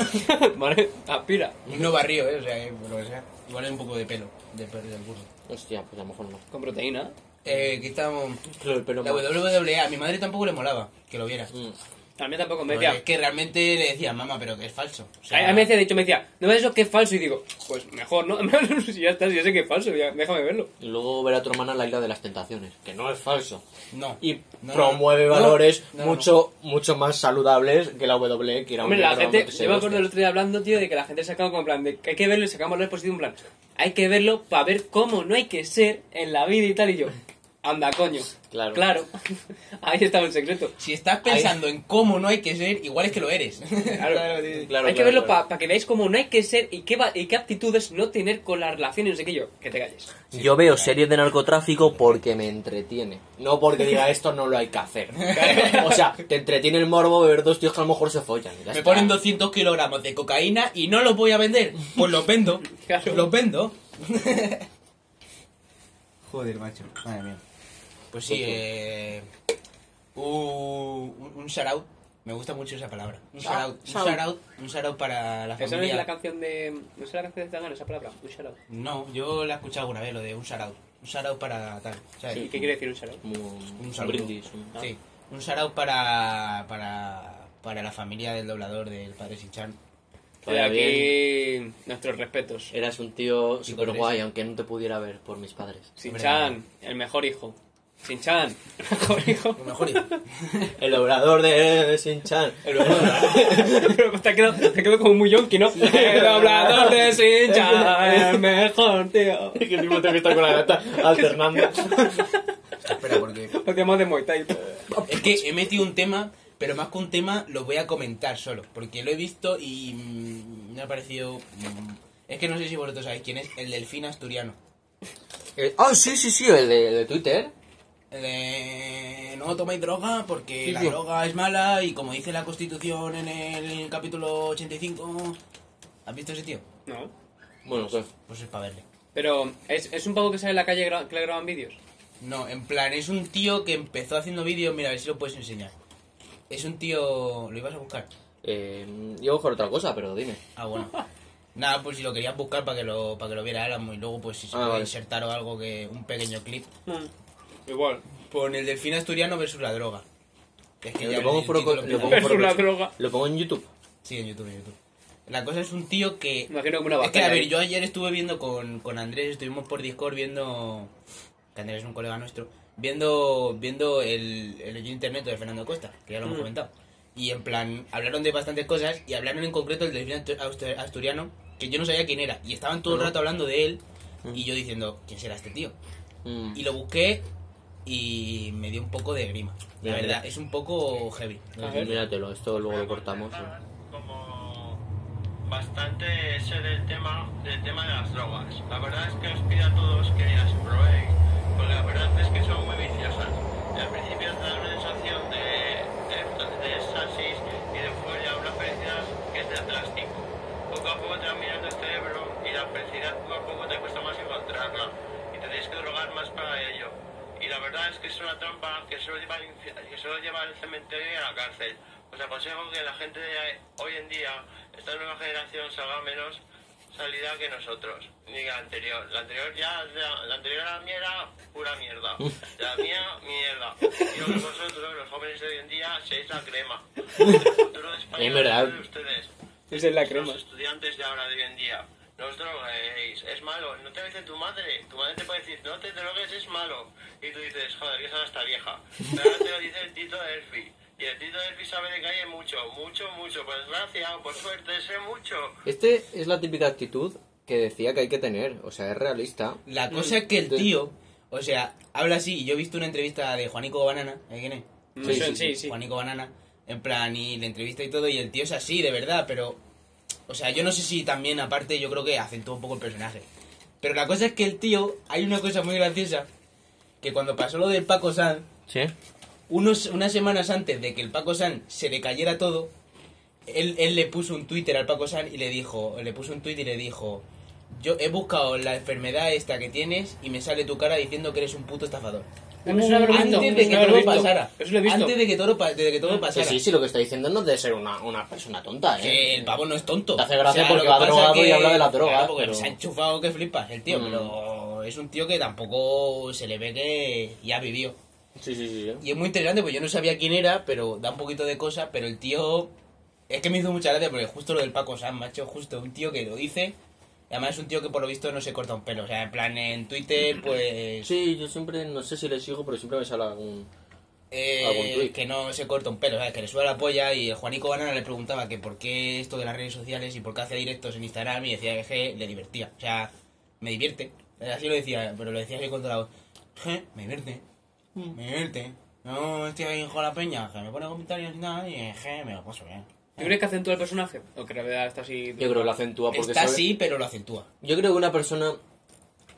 vale, ah, aspira.
No barrio, eh, o sea, eh, por lo que sea. Igual es un poco de pelo, de pelo del curso.
Hostia, pues a lo mejor no.
Con proteína.
Eh, aquí estamos.
Pero el pelo
La
más-
WWA, a mi madre tampoco le molaba que lo viera.
Mm.
A mí tampoco me
Pero
decía.
es que realmente le decía, mamá, pero que es falso. O sea,
A a mí me decía, de hecho, me decía, no me eso que es falso. Y digo, pues mejor, ¿no? si ya está, si ya sé que es falso, ya, déjame verlo.
Y luego ver a tu hermana en la isla de las tentaciones, que no es falso.
No.
Y
No,
promueve
no, no.
valores
No, no,
mucho mucho más saludables que la W, que era un
Hombre, la
negro
gente,
meterse
yo me acuerdo el
hostias.
otro día hablando, tío, de que la gente sacaba como en plan de que hay que verlo y sacamos el positivo en plan, hay que verlo para ver cómo no hay que ser en la vida y tal. Y yo, anda, coño.
Claro.
Claro. Ahí estaba el secreto.
Si estás pensando en cómo no hay que ser, igual es que lo eres.
Claro.
sí. Claro,
hay que
claro,
verlo
claro.
para que veáis cómo no hay que ser y qué, va- y qué aptitudes no tener con las relaciones, no sé qué yo, que te calles.
Yo veo series de narcotráfico porque me entretiene. No porque diga esto no lo hay que hacer. O sea, te entretiene el morbo de ver dos tíos que a lo mejor se follan. y ya
Me
está.
ponen 200 kilogramos de cocaína y no los voy a vender. Pues los vendo.
Claro.
Los vendo. Joder, macho. Madre mía. Pues sí, eh, un, un shout out. Me gusta mucho esa palabra. Un shout out. Un
shout.
shout out, un shout out para la
Esa no es
familia.
la canción de. No es la canción de Zagano, esa palabra, un shoutout.
No, yo la he escuchado alguna vez, lo de un shout out. Un shout out para tal. ¿sabes?
¿Y qué quiere decir un shoutout?
Como
Un
Un
saludo.
brindis. un-
Sí, un shout out para, para, para la familia del doblador del padre Sinchan.
De
Vaya bien.
Pues
Eh,
aquí, nuestros respetos.
Eras un tío
Sí,
super guay,
correcto.
aunque no te pudiera ver por mis padres.
Sinchan, el mejor hijo. Sinchan, el mejor hijo.
Lo mejor hijo.
El obrador de Sinchan.
Pero te ha quedado, te ha quedado como muy yonki, ¿no? El doblador de Sinchan, el mejor, tío.
Que el mismo te está con la gata alternando.
Espera, porque...
Lo llamamos de Muay Thai.
Es que he metido un tema, pero más que un tema lo voy a comentar solo, porque lo he visto y mm, me ha parecido... mm, Es que no sé si vosotros sabéis quién es, el delfín asturiano.
Eh, Ah, sí, sí, sí, el de, el de Twitter.
El de, Eh, no tomáis droga porque
Sí,
la
sí.
droga es mala y como dice la constitución en el capítulo 85... ¿Has visto ese tío?
No.
Bueno, ¿qué?
Pues es para verle.
Pero, ¿es, es un pavo que sale en la calle gra- que le graban vídeos?
No, en plan, es un tío que empezó haciendo vídeos. Mira, a ver si lo puedes enseñar. Es un tío. ¿Lo ibas a buscar?
Eh, yo mejor otra cosa, pero dime.
Ah, bueno. Nada, pues si lo querías buscar para que lo, para que lo viera Álamo y luego, pues si se
Ah,
puede
vale.
insertar o algo, que un pequeño clip.
Igual.
Pon el delfín asturiano versus la droga. Es
Lo
ya
pongo
el
por-
título
lo
empieza-
pongo
Es
por-
una droga.
Lo pongo en YouTube.
Sí, en YouTube, en YouTube. La cosa es un tío que...
Imagino como una
Es que,
bacteria.
a ver, yo ayer estuve viendo con, con Andrés, estuvimos por Discord viendo... Que Andrés es un colega nuestro. Viendo viendo el, el hoyo internet de Fernando Costa, que ya lo hemos
Mm.
comentado. Y en plan, hablaron de bastantes cosas y hablaron en concreto del delfín astu- astu- asturiano, que yo no sabía quién era. Y estaban todo el rato hablando de él
Mm.
y yo diciendo, ¿quién será este tío?
Mm.
Y lo busqué y me dio un poco de grima. La
Ya,
verdad,
mira.
es un poco heavy.
A ver.
Míratelo, esto luego lo cortamos.
Contestar Como bastante sé del tema, del tema de las drogas. La verdad es que os pido a todos que las probéis, porque la verdad es que son muy viciosas. Y al principio te da una sensación de, de, de éxtasis y de euforia, una felicidad que es de plástico. Poco a poco te va mirando el cerebro y la felicidad poco a poco te cuesta más encontrarla y te tienes que drogar más para ello. Y la verdad es que es una trampa que solo lleva, al infi- que solo lleva al cementerio y a la cárcel. Os aconsejo que la gente de hoy en día, esta nueva generación, salga menos salida que nosotros, ni la anterior. La anterior ya, la, la anterior a la mía era pura mierda. La mía, mierda. Y lo que vosotros, los jóvenes de hoy en día, seáis la crema. El futuro de España
Es verdad.
depende de ustedes.
Esa es la crema.
Los estudiantes de ahora, de hoy en día, no os droguéis, es malo. No te lo dice tu madre. Tu madre te puede decir, no te drogues, es malo. Y tú dices, joder, que esa está vieja. Pero ahora te lo dice el Tito Elfi. Y el Tito Elfi sabe de calle mucho, mucho, mucho. Por desgracia o por suerte, sé mucho.
Este es la típica actitud que decía que hay que tener, o sea, es realista.
La
Mm.
cosa es que el
Sí.
tío, o sea, habla así. y Yo he visto una entrevista de Juanico Banana, ¿eh, quién es?
No
Sí,
sé,
sí, sí.
sí, sí.
Juanico Banana, en plan, y la entrevista y todo, y el tío es así, de verdad, pero... O sea, yo no sé si también, aparte, yo creo que acentúa un poco el personaje. Pero la cosa es que el tío, hay una cosa muy graciosa, que cuando pasó lo del Paco Sanz,
Sí.
unos, unas semanas antes de que el Paco San se le cayera todo, él, él le puso un Twitter al Paco San y le dijo, le puso un tweet y le dijo, yo he buscado la enfermedad esta que tienes y me sale tu cara diciendo que eres un puto estafador.
No, eso lo he visto,
Antes de que
eso lo he
todo
visto,
pasara.
Eso lo he visto.
Antes de que todo, pa- de que todo
Sí,
pasara.
Ah, sí, sí, lo que está diciendo no debe ser una, una persona tonta,
Que
¿eh?
el pavo no es tonto.
Te hace gracia
lo
porque
que
va
pasa
drogado
que-
y habla de las drogas,
claro, porque
pero-
se ha enchufado que flipas el tío,
Mm.
pero es un tío que tampoco se le ve que ya vivió.
Sí, sí, sí. sí.
Y es muy interesante, pues yo no sabía quién era, pero da un poquito de cosa, pero el tío... Es que me hizo mucha gracia, porque justo lo del Paco San, macho, justo un tío que lo hice. y Además es un tío que por lo visto no se corta un pelo, o sea, en plan en Twitter, pues...
Sí, yo siempre, no sé si le sigo, pero siempre me sale algún...
eh,
algún tuit.
que no se corta un pelo, ¿sabes? Que le suda la polla y el Juanico Banana le preguntaba que por qué esto de las redes sociales y por qué hace directos en Instagram y decía que je, le divertía. O sea, me divierte. Así lo decía, pero lo decía así con toda la voz. Je, me divierte. Me divierte. No estoy ahí con la peña, que me pone comentarios y nada, y je, me lo paso bien.
¿Tú crees que acentúa el personaje? ¿O que en realidad está así?
Yo creo que lo acentúa porque...
Está
sabe-
así, pero lo acentúa.
Yo creo que una persona,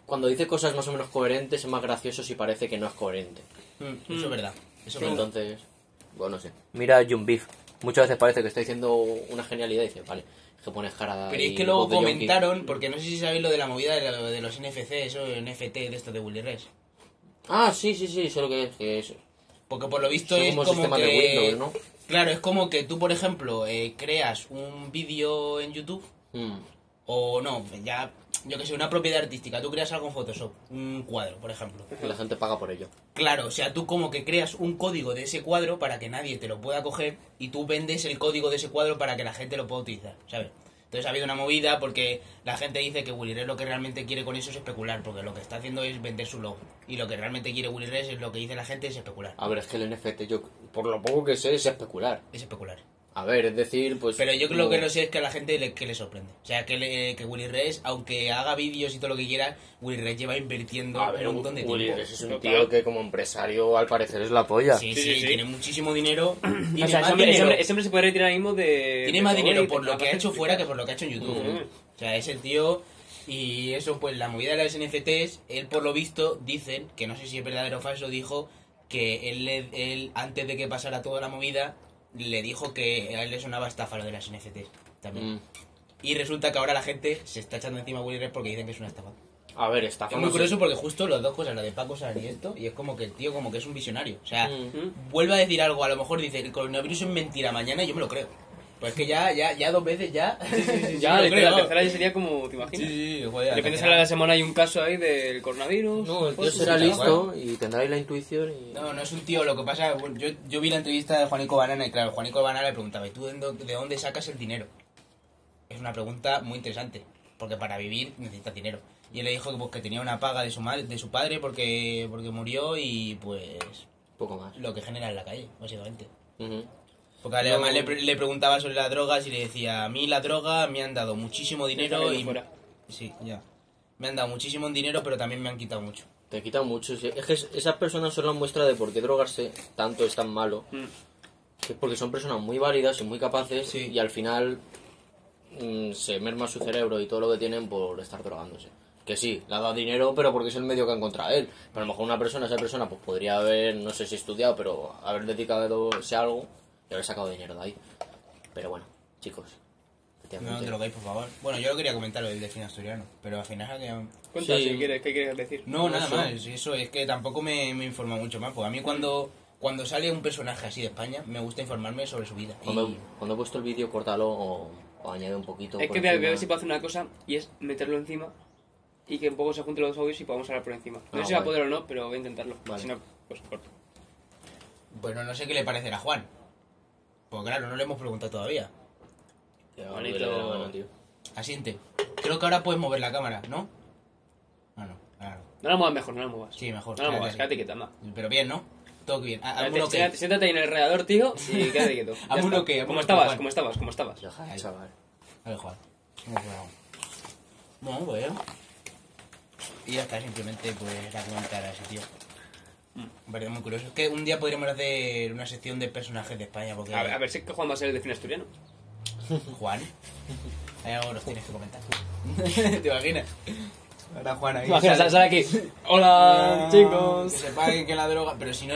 cuando dice cosas más o menos coherentes, es más gracioso si parece que no es coherente.
Mm, Eso es verdad. Eso es verdad.
Entonces, bueno, sí. Mira a Jun Beef. Muchas veces parece que está diciendo una genialidad y dice, vale, que pones cara
Pero
y
es que luego
voz de yonki.
comentaron, porque no sé si sabéis lo de la movida de, lo- de los NFC, eso, NFT de estos de Willy Rex.
Ah, sí, sí, sí, sé lo que es. que es-
Porque por lo visto
Son
es
como
como
sistemas
que...
de Windows, ¿no?
Claro, es como que tú, por ejemplo, eh, creas un vídeo en YouTube
Mm,
o no, ya, yo que sé, una propiedad artística. Tú creas algo en Photoshop, un cuadro, por ejemplo.
que la gente paga por ello.
Claro, o sea, tú como que creas un código de ese cuadro para que nadie te lo pueda coger y tú vendes el código de ese cuadro para que la gente lo pueda utilizar, ¿sabes? Entonces ha habido una movida porque la gente dice que Willy Rex lo que realmente quiere con eso es especular, porque lo que está haciendo es vender su logo. Y lo que realmente quiere Willy Rex es lo que dice la gente es especular.
A ver, es que el NFT, yo, por lo poco que sé, es especular.
Es especular.
A ver, es decir, pues...
Pero yo creo
no-
que no sé es que a la gente le, que le sorprende. O sea, que, le- que Willy Rex, aunque haga vídeos y todo lo que quiera, Willy Rex lleva invirtiendo
A ver,
un montón de
Willy
tiempo.
Rex es un
Total.
tío que como empresario al parecer es la polla.
Sí, sí,
Sí, sí, sí.
tiene muchísimo dinero. Tiene
O sea,
más
ese hombre, ese
dinero,
hombre- ese hombre se puede retirar ahí mismo de...
tiene
de
más
favor
dinero
y
por lo
te-
que ha
aparte
hecho
te-
fuera que por lo que ha hecho en YouTube.
Ujú.
O sea, es el tío... Y eso, pues la movida de las NFTs, él por lo visto, dicen, que no sé si es verdadero o falso, dijo que él, le- él antes de que pasara toda la movida, le dijo que a él le sonaba estafa lo de las NFTs. También.
Mm.
Y resulta que ahora la gente se está echando encima a Willy Rex porque dicen que es una estafa.
Ah,
A ver,
pues
está
Es muy curioso porque justo las dos cosas, la de Paco San y esto, y es como que el tío como que es un visionario. O sea, vuelve a decir algo, a lo mejor dice, el coronavirus es mentira mañana y yo me lo creo. Pues que ya, ya, ya dos veces ya...
Ya,
me lo creo,
la tercera- la
vamos.
tercera ya sería como, ¿te
Sí,
imaginas?
sí, sí, joder,
De repente
la
sale a
tercera.
la semana y un caso ahí del coronavirus.
No, el tío
Pues,
será
sí, sí,
listo y tendrá ahí la intuición y...
No, no es un tío, lo que pasa, bueno, yo, yo vi la entrevista de Juanico Banana y claro, Juanico Banana le preguntaba, ¿y tú de dó- de dónde sacas el dinero? es una pregunta muy interesante, porque para vivir necesitas dinero. Y él le dijo que, pues, que tenía una paga de su, madre, de su padre porque, porque murió y pues
Poco más.
lo que genera en la calle, básicamente.
Ujú.
Porque además le, pre- le preguntaba sobre las drogas y le decía, a mí la droga me han dado muchísimo dinero
también
y...
fuera.
Sí, ya. Me han dado muchísimo dinero, pero también me han quitado mucho.
Te quita mucho. sí. Es que es- esas personas son la muestra de por qué drogarse tanto es tan malo.
Mm.
Que es porque son personas muy válidas y muy capaces
Sí.
y al final mm, se merma su cerebro y todo lo que tienen por estar drogándose. Que sí, le ha dado dinero, pero porque es el medio que ha encontrado él. Pero a lo mejor una persona, esa persona, pues podría haber, no sé si estudiado, pero haber dedicado a algo y haber sacado dinero de ahí. Pero bueno, chicos.
No
efectivamente.
te lo por favor. Bueno, yo lo quería comentar lo del destino asturiano, pero al final... eh,
Cuenta
Sí.
si quieres, ¿qué quieres decir?
No, nada
Eso.
más. Eso es que tampoco me, me informa mucho más. Porque a mí cuando, cuando sale un personaje así de España, me gusta informarme sobre su vida. Y-
Cuando, cuando he puesto el vídeo, córtalo o, o añade un poquito.
Es
por
que voy a, voy a
encima.
ver si puedo hacer una cosa y es meterlo encima y que un poco se junten los dos audios y podamos hablar por encima. No
Ah,
sé si va a
vale.
poder o no, pero voy a intentarlo.
Vale.
Si no, pues corto.
Bueno, no sé qué le parecerá a Juan. Pues claro, no le hemos preguntado todavía.
Ya,
Bonito.
dale la mano, tío.
Asiente. Creo que ahora puedes mover la cámara, ¿no? Ah, no, claro.
No lo muevas mejor, no lo muevas.
Sí, mejor.
No lo
Claro,
muevas,
sí.
quédate quieto, anda.
Pero bien, ¿no? Todo bien. A-
Quédate-
¿Alguno que?
siéntate- Siéntate ahí en el radiador, tío, y quédate quieto. Ya
Haz uno
está.
que, haz
Como
uno que,
estabas,
Juan.
como estabas, como estabas.
Deja,
Ahí.
chaval.
A ver, Juan. ¿Cómo fue algo? No, bueno. pues Y ya está, simplemente pues la comentar a ese tío. Verdad, muy curioso. Es que un día podríamos hacer una sección de personajes de España, porque
A ver, a ver si es que Juan va a ser el de cine asturiano.
Juan, hay algo que nos tienes que comentar. ¿Te imaginas? Ahora Juan ahí. sale.
aquí.
Ah,
Hola,
Que
chicos.
se paguen que la droga. Pero si no,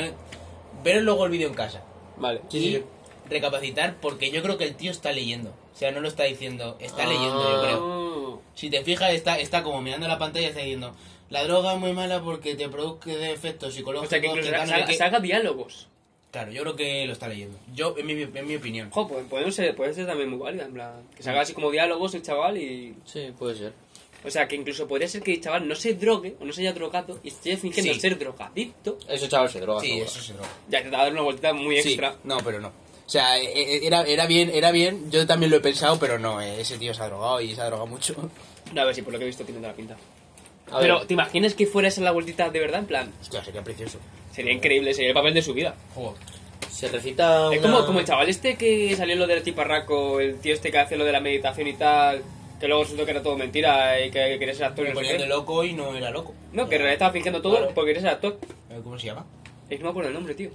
ver luego el vídeo en casa.
Vale.
y recapacitar, porque yo creo que el tío está leyendo. O sea, no lo está diciendo, está
Ah.
leyendo, yo creo.
Mm.
Si te fijas, está, está como mirando la pantalla y está diciendo, la droga es muy mala porque te produce efectos
O
psicológicos.
sea, que
que
incluso
tal, no sé
salga,
qué".
salga diálogos.
Claro, yo creo que lo está leyendo. Yo, en mi, en mi opinión.
Jo, pues puede ser, puede ser también muy válida, en plan. Que salga así como diálogos el chaval y.
Sí, puede ser.
O sea, que incluso podría ser que el chaval no se drogue o no se haya drogado y esté fingiendo
Sí.
ser drogadicto.
Eso, chaval, se droga.
Sí,
seguro.
eso se droga.
Ya te va a dar una vuelta muy
Sí,
extra.
no, pero no. O sea, e- e- era, era bien, era bien, yo también lo he pensado, pero no, eh, ese tío se ha drogado y se ha drogado mucho.
No, a ver si por lo que he visto tiene toda la pinta.
A ver,
Pero, ¿te imaginas que fuera esa la vueltita de verdad? En plan,
Hostia, sería precioso.
sería increíble, sería el papel de su vida.
Joder.
se recita una...
Es como, como el chaval este que salió lo del tiparraco, el tío este que hace lo de la meditación y tal, que luego resultó que era todo mentira y que, que quería ser actor. y
Me
No, sé
ponían de
qué.
loco y no era loco.
No, que en realidad estaba fingiendo todo
Claro.
porque quería ser actor.
Eh, ¿Cómo se llama?
Es que no me acuerdo el nombre, tío.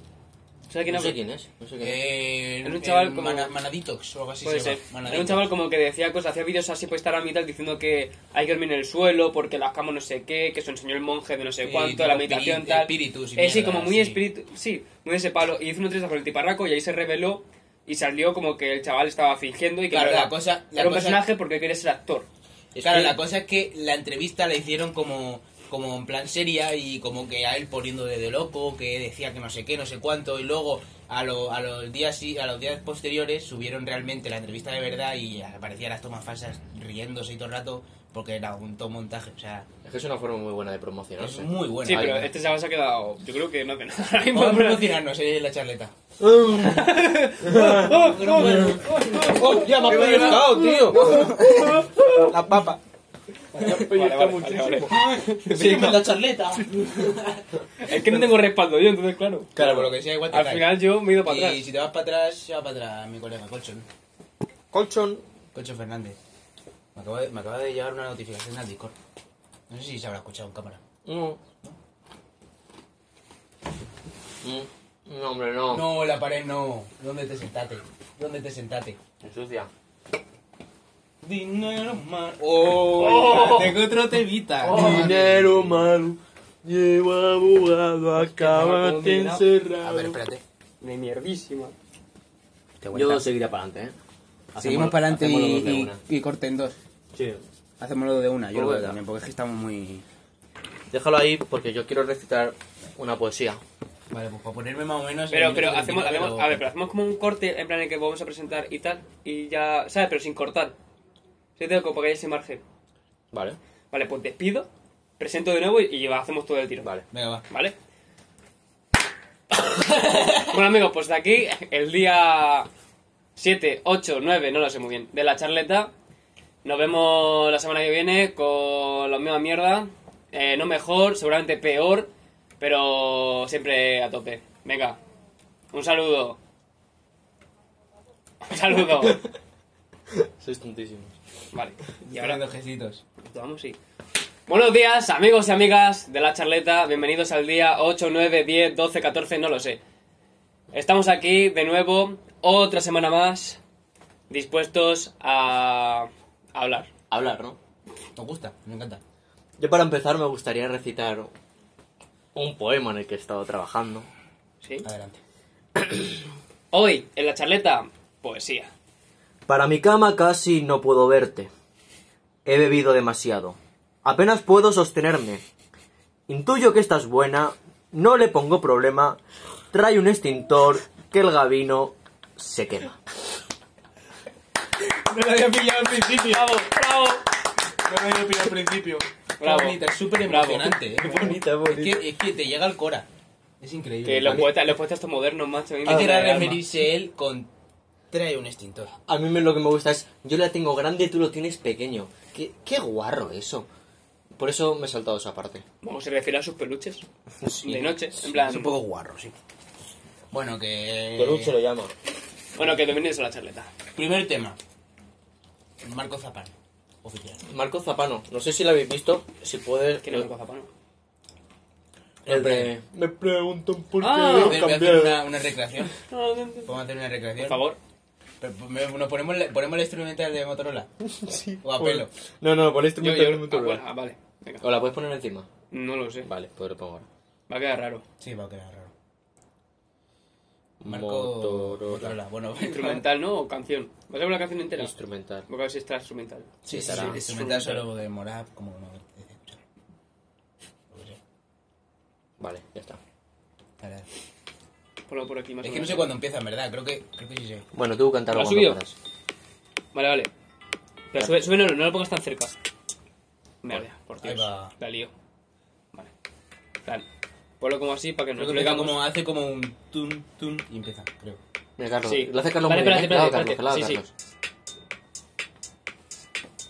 ¿Sabes quién
No
hablo?
sé quién es. No sé quién es.
Eh,
Era un chaval
eh,
como-
Mana- Manaditox o algo así
Puede
se
ser.
llama.
Era un
Manaditox.
chaval como que decía cosas, hacía vídeos así por Instagram y tal, diciendo que hay que dormir en el suelo porque las camas no sé qué, que se enseñó el monje de no sé
Sí,
cuánto,
tipo
la meditación
espiri-
tal.
espíritus y
Eh, sí,
mierda,
como muy
sí.
espíritu, sí, muy de ese palo. Y hizo una entrevista con el tiparraco y ahí se reveló y salió como que el chaval estaba fingiendo y que
Claro,
en verdad
la cosa- la
era un
cosa-
personaje porque quería ser actor.
Es
Claro,
que-
la cosa es que la entrevista la hicieron como, como en plan seria y como que a él poniendo de, de loco, que decía que no sé qué, no sé cuánto, y luego a, lo- a los días sí- a los días posteriores subieron realmente la entrevista de verdad y aparecían las tomas falsas riéndose y todo el rato porque era un todo montaje, o sea,
Es que es una forma muy buena de
es
promocionarse.
muy bueno.
sí,
ahí
pero
va.
este chaval se ha quedado, yo creo que no que nada. ahora mismo,
Vamos a
pero-
promocionarnos eh, la charleta.
¡Oh, ya me ha pellizcado, tío!
La papa.
Vale, vale, vale, vale.
Sígueme en la charleta.
Es que no tengo respaldo yo, entonces claro.
Claro, por lo que sea, igual te
Al
cae.
final yo me he ido para atrás.
Y si te vas para atrás, se va para atrás mi colega Colchón.
Colchón.
Colchón Fernández. Me acaba, de, me acaba de llegar una notificación al Discord. No sé si se habrá escuchado en cámara.
No. Mm. No, hombre, no.
No, la pared no. ¿Dónde te sentaste? ¿Dónde te sentaste?
Ensucia.
Dinero más. ¡Oh! Tengo otro temita.
Dinero malo. Lleva abogado, acábate
dinero.
A
encerrado.
ver, espérate.
De mierdísima.
Yo seguiré para adelante, ¿eh? Hacemos- hacemos los dos de una.
corten dos.
Sí.
Hacémoslo de una,
yo lo veo también,
porque es que estamos muy...
Déjalo ahí porque yo quiero recitar una poesía.
Vale, pues para ponerme más o menos...
Pero,
el
pero
minuto
hacemos,
25,
hacemos, a ver, pero hacemos como un corte en plan en que vamos a presentar y tal, y ya, ¿sabes? Pero sin cortar. Yo tengo como para que haya ese margen.
Vale.
Vale, pues despido, presento de nuevo y, y va, hacemos todo el tiro.
Vale.
Venga, va.
¿Vale? bueno, amigos, pues de aquí, el día 7, 8, 9, no lo sé muy bien, de la charleta, Nos vemos la semana que viene con la misma mierda. Eh, no mejor, seguramente peor, pero siempre a tope. Venga, un saludo. Un saludo.
Sois tontísimos.
Vale.
Y hablando gestitos.
Vamos, sí. Buenos días, amigos y amigas de la charleta. Bienvenidos al día 8, 9, 10, 12, 14, no lo sé. Estamos aquí de nuevo, otra semana más, dispuestos a hablar.
Hablar, ¿no?
Nos gusta, me encanta.
Yo para empezar me gustaría recitar un poema en el que he estado trabajando.
¿sí?
Adelante.
Hoy, en la charleta, poesía.
Para mi cama casi no puedo verte. He bebido demasiado. Apenas puedo sostenerme. Intuyo que estás buena, no le pongo problema. Trae un extintor que el gabino se quema.
No lo había pillado al principio.
¡Bravo, bravo!
No lo había pillado al principio.
Bravo.
bonita, es súper
Bravo.
emocionante. ¿eh?
bonita,
Es
es
que, es que te llega al cora. Es increíble.
Que los
Vale.
poetas, los poetas estos modernos, macho. a mí me
¿A qué
trae
era
el alma.
referirse él con trae un extintor?
A mí me- lo que me gusta es, yo la tengo grande, tú lo tienes pequeño. Qué, qué guarro eso. Por eso me he saltado esa parte.
¿Cómo se refiere a sus peluches? De noche, en plan...
Es un poco guarro, sí. Bueno, que...
Peluche lo llamo.
Bueno, que bienvenidos a la charleta.
Primer tema. Marco Zapán, oficial.
Eh, Marco Zapano, no sé si lo habéis visto, si puedes...
Que no me coja pano.
el de- Me preguntan por qué
Ah,
Voy
debo
a hacer- voy a hacer
cambiar.
una, una recreación. ¿Podemos hacer una recreación?
Por favor.
Pero, pues, me- ¿Nos ponemos, la- ponemos la instrumental de Motorola?
Sí,
O a
por-
pelo.
No, no, por este
Yo,
instrumento
yo- ah,
del motor.
bueno, ah, vale. Venga.
¿O la puedes poner encima?
No lo sé.
Vale, pues lo pongo ahora.
Va a quedar raro.
Sí, va a quedar raro. Marco...
Motorola.
Motorola. Bueno,
Instrumental, ¿no? O canción. ¿Vas a ver la canción entera?
Instrumental.
Voy a ver si está instrumental.
Sí, sí,
será.
sí, instrumental solo de Morab, como no... eh,
Vale, ya está.
Para-
Ponlo por aquí más
Es
o
que no
menos.
sé cuándo empieza, en verdad. Creo que, creo que sí sé.
Bueno, tú cantar
¿Lo has
cuando
subido?
puedas.
Vale, vale. Pero sube, sube, no, no lo pongas tan cerca. Mierda, por
ahí
Dios.
va.
La lío. Vale. Plan. Ponlo como así para que
Creo
nos
que empieza
digamos.
como, hace como un tum, tum y empieza, creo.
Mira, Carlos.
Sí.
Lo hace Carlos
Vale,
muy bien.
espérate,
¿eh? Claro,
espérate,
Carlos,
espérate.
claro,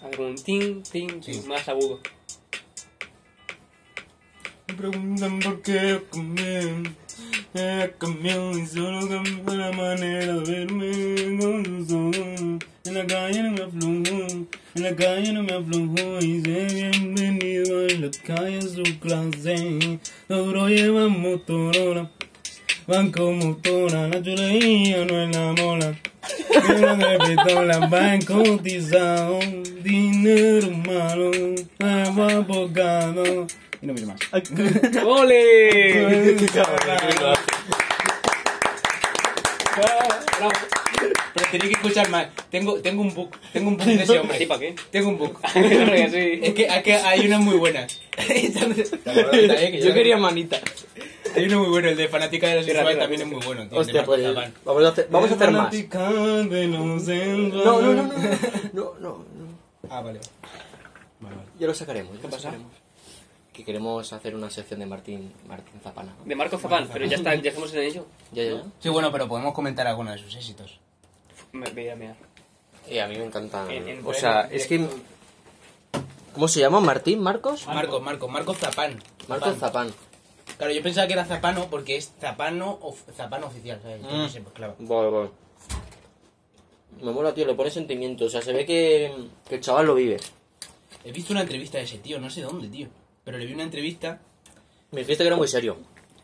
Carlos.
Hace como un tin, tin, tin,
Sí.
más agudo.
Me preguntan por qué cambié. He cambiado y solo cambió la manera de verme con tus ojos. En la calle no me aflojo, en la calle no me aflojo. Y sé bienvenido a la calle en su clase. Nosotros llevan Motorola, van con motora. La chulería no es la mola. Una crepitola, van cotizado. Dinero malo, agua bocado. Y no miro más.
¡Ole!
Pero tenéis que escuchar más. Tengo, tengo un book. Tengo un book de ese hombre.
¿Así pa' qué?
Tengo un book.
Porque sí.
es, que, es que hay unas muy buenas.
Yo quería manita.
Hay uno muy bueno, el de Fanática de los
Tira,
Sensuales
tira,
también es
tira.
muy bueno. tío,
Hostia,
de Marco Zabal.
pues vamos a hacer, vamos a hacer más. No, no, no, no, no, no, no.
Ah, vale. Vale, vale.
Ya lo sacaremos. ¿Qué
pasa?
Que queremos hacer una sección de Martín, Martín Zapana.
De Marco Zapán, pero ya está, ya estamos en ello.
Ya, ya.
Sí, bueno, pero podemos comentar algunos de sus éxitos.
Me- Mira, mira.
Eh, a mí me encanta.
En- en-
O sea, es que. ¿Cómo se llama? ¿Martín? ¿Marcos?
Marco, Marco, Marco Ah, Zapán.
Marcos Zapán.
Claro, yo pensaba que era Zapano porque es Zapano, of- Zapano oficial, ¿sabes? Yo no sé, pues claro.
Vale, vale. Me mola, tío, le pone sentimiento. O sea, se ve que, que el chaval lo vive.
He visto una entrevista de ese tío, no sé dónde, tío. Pero le vi una entrevista.
Me dijiste que era muy serio.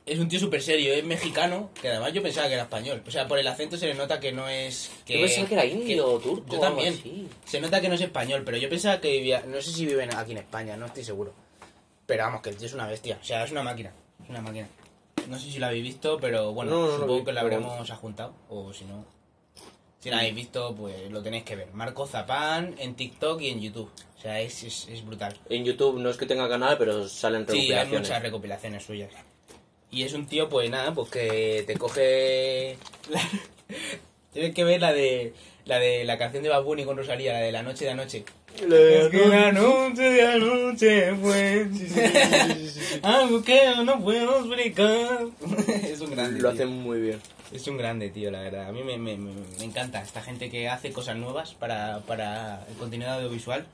Es un tío súper serio, es mexicano, que además yo pensaba que era español. O sea, por el acento se le nota que no es... Que,
Yo pensaba que era indio o turco
Yo
o algo
también.
así.
Se nota que no es español, pero yo pensaba que vivía... No sé si viven aquí en España, no estoy seguro. Pero vamos, que el tío es una bestia. O sea, es una máquina. Es una máquina. No sé si la habéis visto, pero bueno,
No, no lo
supongo
vi,
que la
pero-
habremos adjuntado. O si no... Si la habéis visto, pues lo tenéis que ver. Marco Zapán en TikTok y en YouTube. O sea, es, es, es brutal.
En YouTube no es que tenga canal, pero salen
Sí, hay
recopilaciones.
muchas recopilaciones suyas. Y es un tío, pues nada, pues que te coge... la- Tienes que ver la de la de la canción de Bad Bunny con Rosalía, la de La Noche de Anoche. la noche de anoche fue algo que Ah, no puedo explicar. es un grande. tío.
Lo hacen muy bien.
Es un grande, tío, la verdad. A mí me, me- me- me encanta esta gente que hace cosas nuevas para, para el contenido audiovisual.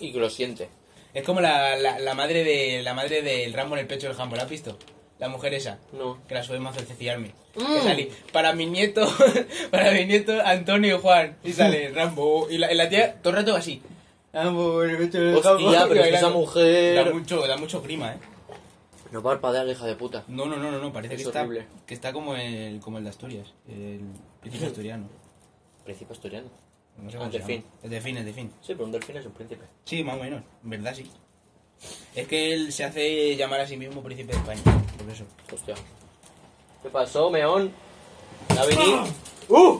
Y que lo siente.
Es como la, la, la madre de la madre del Rambo en el pecho del Jambo, ¿la has visto? La mujer esa.
No.
Que la sube más el Ceci Army.
Mm.
Que sale, para mi nieto, para mi nieto Antonio Juan. Y sale Rambo. Y la, y la tía todo el rato así. Rambo, en el pecho del
Hostia,
Jambo,
pero
y
es que
bailando.
esa mujer-
Da mucho, da mucho grima, eh.
No parpadea la hija de puta.
No, no, no, no, no, parece
Es
que está,
horrible.
que está como el, como el de Asturias, el príncipe asturiano.
Príncipe asturiano.
No sé
Ah,
cómo se llama.
delfín.
El delfín, el delfín.
Sí, pero un delfín es un príncipe.
Sí, más o menos, en verdad sí. Es que él se hace llamar a sí mismo príncipe de España, por eso.
Hostia. ¿Qué pasó, meón? ¿La vení?
¡Ah!
¡Uh!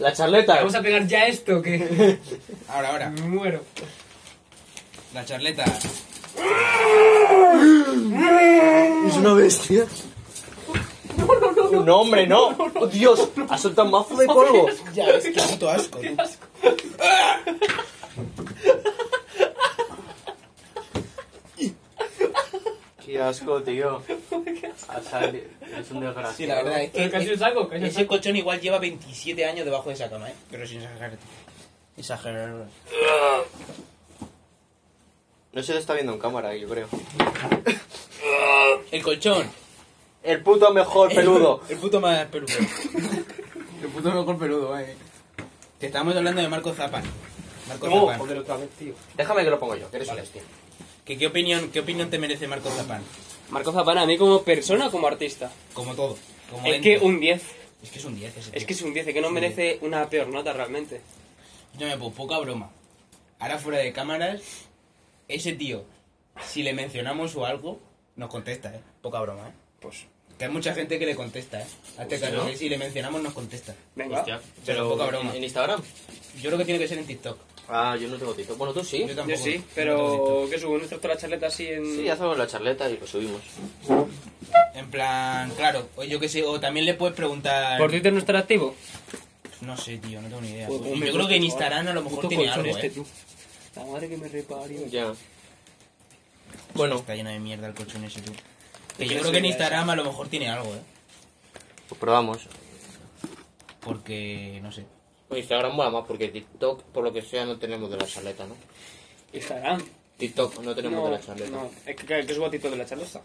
La charleta.
Vamos a pegar ya esto, que
Ahora, ahora,
me muero.
la charleta.
Es una bestia. No, no, no. No, hombre, no. Oh, Dios, ha soltado un mazo de polvo.
Ya, es que puto asco. tú.
Qué asco, tío. Ah, Es un desgraciado.
Sí, la verdad
Eh,
es
Pero casi
que e-
lo saco, casi lo
ese
saco.
colchón igual lleva 27 años debajo de esa cama, ¿eh? Pero sin exagerar. Exagerar.
No se te está viendo en cámara, yo creo.
El colchón.
El puto mejor peludo.
El puto más peludo. El puto mejor peludo, eh. Te estábamos hablando de Marco Zapán. Marco
Oh,
Zapán.
Joder, otra vez, tío.
Déjame que lo pongo yo, que eres un bestia.
¿Qué, qué, opinión, ¿Qué opinión te merece Marco Zapán?
Marco Zapana, a mí como persona o como artista.
Como todo. Como
Es que
dentro.
un 10.
Es que es un 10 ese
Es
tío.
que es un 10, es que no merece una peor nota realmente.
Yo me pongo pues poca broma. Ahora fuera de cámaras, ese tío, si le mencionamos o algo, nos contesta, ¿eh? Poca broma, ¿eh? Pues... Que hay mucha gente que le contesta, ¿eh? Hazte caso, que si le mencionamos nos contesta.
Venga.
Pero poca broma.
¿En Instagram?
Yo creo que tiene que ser en TikTok.
Ah, yo no tengo TikTok. Bueno, tú sí.
Yo
Yo
tampoco.
sí,
no tengo
pero ¿qué subo? ¿Un instructor a la charleta así en...?
Sí, hacemos la charleta y lo subimos.
TikTok. En plan, claro, o yo qué sé, o también le puedes preguntar...
¿Por Twitter no estará activo?
No sé, tío, no tengo ni idea.
Pues,
yo
me
creo
gusta
que en
el
Instagram a
pues,
lo mejor
Puto
tiene
colchón
algo,
este,
¿eh?
tú. La madre que me reparió.
Ya. Bueno,
Está lleno de mierda el colchón ese, tú. Que
¿Qué
yo creo que en
sería
Instagram a lo mejor tiene algo, ¿eh?
pues probamos.
Porque, no sé.
Pues Instagram mola más porque TikTok, por lo que sea, no tenemos de la charleta, ¿no?
Instagram.
TikTok no tenemos
No,
de la charleta.
no. Es que, claro, que subo a TikTok de la charleta.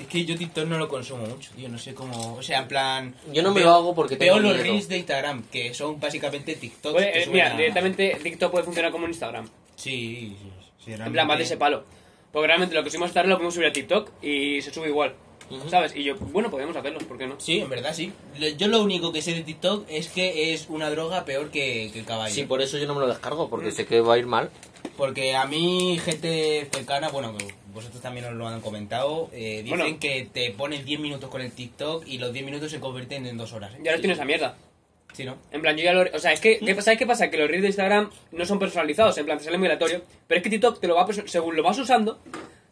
Es que yo TikTok no lo consumo mucho, tío. No sé cómo. O sea, en plan.
Yo no me lo hago porque
Veo
tengo
los
miedo.
reels de Instagram, que son básicamente TikTok.
Oye,
que
eh,
suben
mira,
a-
directamente TikTok puede funcionar como un Instagram.
Sí, sí, sí.
En plan, más de ese palo. Porque realmente lo que subimos a Instagram lo podemos subir a TikTok y se sube igual. ¿Sabes? Y yo, bueno, podemos hacerlo, ¿por qué no?
Sí, en verdad sí. Lo- Yo lo único que sé de TikTok es que es una droga peor que, que el caballo.
Sí, por eso yo no me lo descargo, porque sé que va a ir mal.
Porque a mí, gente cercana, bueno, que vosotros también os lo han comentado, eh, dicen
Bueno.
que te pones 10 minutos con el TikTok y los 10 minutos se convierten en 2 horas. ¿eh?
Ya no tienes la mierda.
Sí, ¿no?
En plan, yo ya lo... O sea, es que,
Mm.
¿qué, ¿sabes qué pasa? Que los reels de Instagram no son personalizados, en plan, te sale muy aleatorio. Pero es que TikTok, te lo va, perso- según lo vas usando,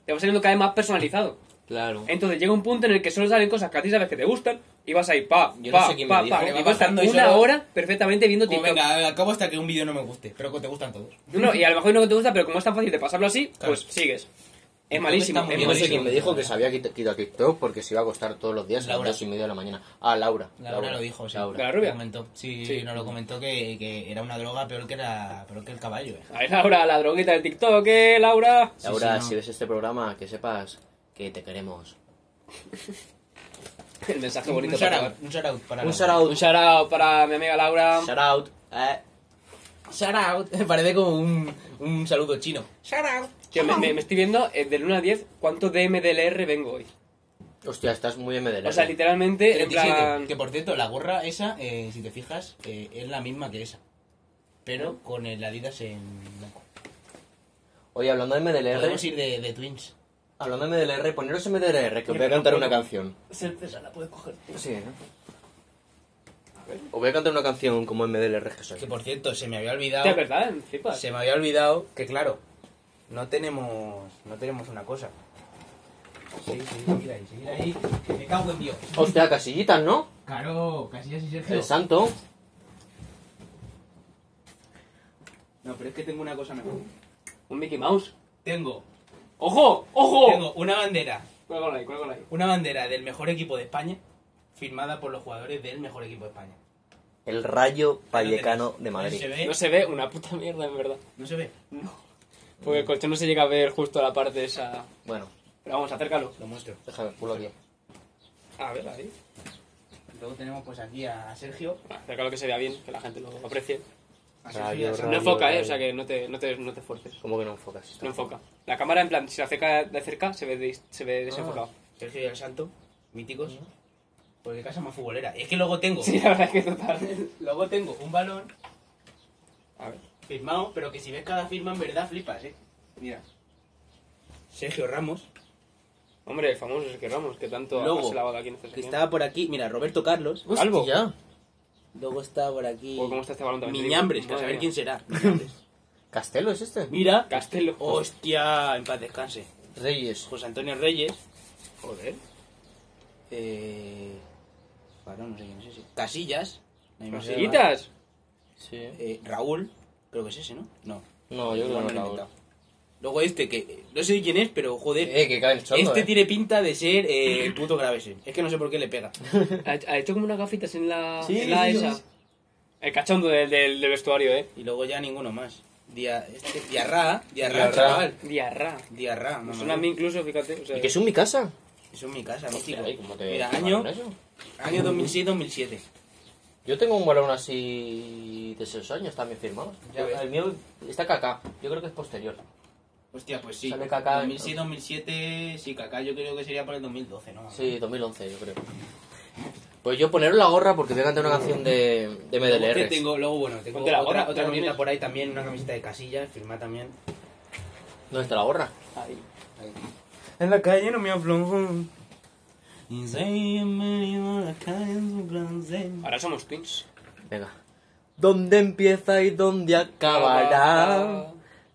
te va saliendo cada vez más personalizado.
Claro.
Entonces llega un punto en el que solo salen cosas que a ti sabes que te gustan y vas ahí, pa,
Yo no
pa,
sé quién me
pa,
dijo.
pa.
Que
Y
va
vas a estar
bajando
una
y solo-
hora perfectamente viendo
Como,
TikTok.
venga, acabo hasta que un vídeo no me guste, pero que te gustan todos.
No, y a lo mejor no te gusta, pero como es tan fácil de pasarlo así,
Claro.
pues sigues. Es
Entonces
malísimo,
está muy
es
Yo no sé
malísimo.
quién me dijo que se había quit- quitado TikTok porque se iba a acostar todos los días a
Laura.
las dos y media de la mañana. Ah, Laura.
Laura, lo dijo, sí.
Laura.
¿La rubia?
Comentó, sí,
Sí.
nos lo comentó que, que era una droga peor que, era, peor que el caballo. eh.
A ver, Laura, la droguita del TikTok, ¿eh, Laura?
Sí, sí,
Laura,
no.
si ves este programa, que sepas que te queremos.
El mensaje
Un
bonito. para acabar.
shoutout, un shoutout para
Un
Laura.
shout out.
Un shout out para mi amiga Laura.
Shout out. Eh.
Shoutout. Parece como un, un saludo chino. Shoutout.
Tío, me, me- me estoy viendo eh, del 1 al 10 cuánto de MDLR vengo hoy.
Hostia, estás muy MDL.
O sea, literalmente, en
37,
plan...
Que por cierto, la gorra esa, eh, si te fijas, eh, es la misma que esa. Pero con el Adidas en blanco.
Oye, hablando de
Podemos
MDLR,
ir de, de Twins.
hablando de MDLR, poneros MDLR, que os voy a cantar una canción.
Certeza, la puedes coger.
Sí, ¿eh? Os voy a cantar una canción como MDLR que soy.
Que por cierto, se me había olvidado.
Hostia, ¿verdad? Flipas.
Se me había olvidado que claro, no tenemos no tenemos una cosa. Sí, sí, seguir ahí, seguir ahí. Que me cago en Dios.
Hostia, casillitas, ¿no?
Claro, Casillas y Sergio.
El santo.
No, pero es que tengo una cosa mejor.
¿Un Mickey Mouse?
Tengo,
¡Ojo! ¡Ojo!
tengo una bandera,
Cuélgala ahí, cuélgala ahí.
una bandera del mejor equipo de España, firmada por los jugadores del mejor equipo de España.
El Rayo Vallecano
No
de
No
Madrid.
se
¿Eh?
ve,
No se ve una puta mierda, en verdad.
no se ve.
Porque el colchón no se llega a ver justo la parte esa.
Bueno,
Pero vamos, acércalo.
Lo muestro.
déjame, pulo aquí.
A ver, ahí.
Luego tenemos pues aquí a Sergio.
Acércalo que se vea bien, que la gente lo aprecie.
A Sergio y a
Rayo,
Sergio.
No
Rayo,
enfoca, eh,
rayo.
o sea que no te, no te, no te esfuerces.
¿Cómo que no enfocas?
No enfoca. La cámara, en plan, si se acerca de cerca, se ve, dis- se
Ah.
ve desenfocado.
Sergio y el Santo, míticos. Porque casa más futbolera. Es que luego tengo,
Sí, la verdad es que total.
luego tengo un balón
A ver.
firmado, pero que si ves cada firma en verdad flipas, eh. Mira. Sergio Ramos,
Hombre, el famoso es que Ramos, que tanto
Luego,
se lavado aquí en esta
que
sección.
estaba por aquí, mira, Roberto Carlos.
Calvo.
ya.
Luego está por aquí
Uy, ¿Cómo está este balón también?
Miñambres, que a
Madre
saber
mía.
quién será.
¿Castelo es este?
Mira,
Castelo.
hostia, en paz descanse.
Reyes.
José Antonio Reyes,
Joder.
eh, varón, no sé quién es ese. Casillas, Neymar Silva,
Casillitas.
Sí.
eh, Raúl, creo que es ese, ¿no? No,
No, yo creo
igual
que
me lo he
no. Raúl.
inventado. Lugo este, que eh, no sé quién es, pero joder,
Eh, que caen chondo,
este
eh.
tiene pinta de ser eh, el puto Gravesen. Es que no sé por qué le pega.
Ha, ha hecho como unas gafitas en la,
Sí,
en la
sí,
esa.
sí.
El cachondo del, del, del vestuario, eh.
Y luego ya ninguno más. Dia, este, diarra, diarra,
Diarra.
chaval.
Diarra.
Diarra,
Me
mamá.
suena a mí incluso, fíjate. O sea,
¿Y que es un mi casa?
Eso es mi casa, mítico.
Ay, ¿cómo te
Mira,
te
año,
mandan eso?
año 2006-2007.
Yo tengo un balón así de esos años también firmado.
Ya ves.
el mío está Kaká. Yo creo que es posterior.
Hostia, pues sí.
Sale Kaká.
2006-2007, sí, Kaká yo creo que sería para el 2012, ¿no?
Sí, 2011, yo creo. Pues yo poneros la gorra porque voy a cantar una canción de, de
Luego que
MDLR.
tengo, luego bueno, tengo
Ponte la
otra,
gorra,
otra
¿no
camiseta
tienes?
por ahí también, una camiseta de casillas, firma también.
¿Dónde está la gorra?
ahí.
En la calle no me aflojo. Bienvenido a la calle en su gran zen.
Ahora somos twins.
Venga. ¿Dónde empieza y dónde acabará?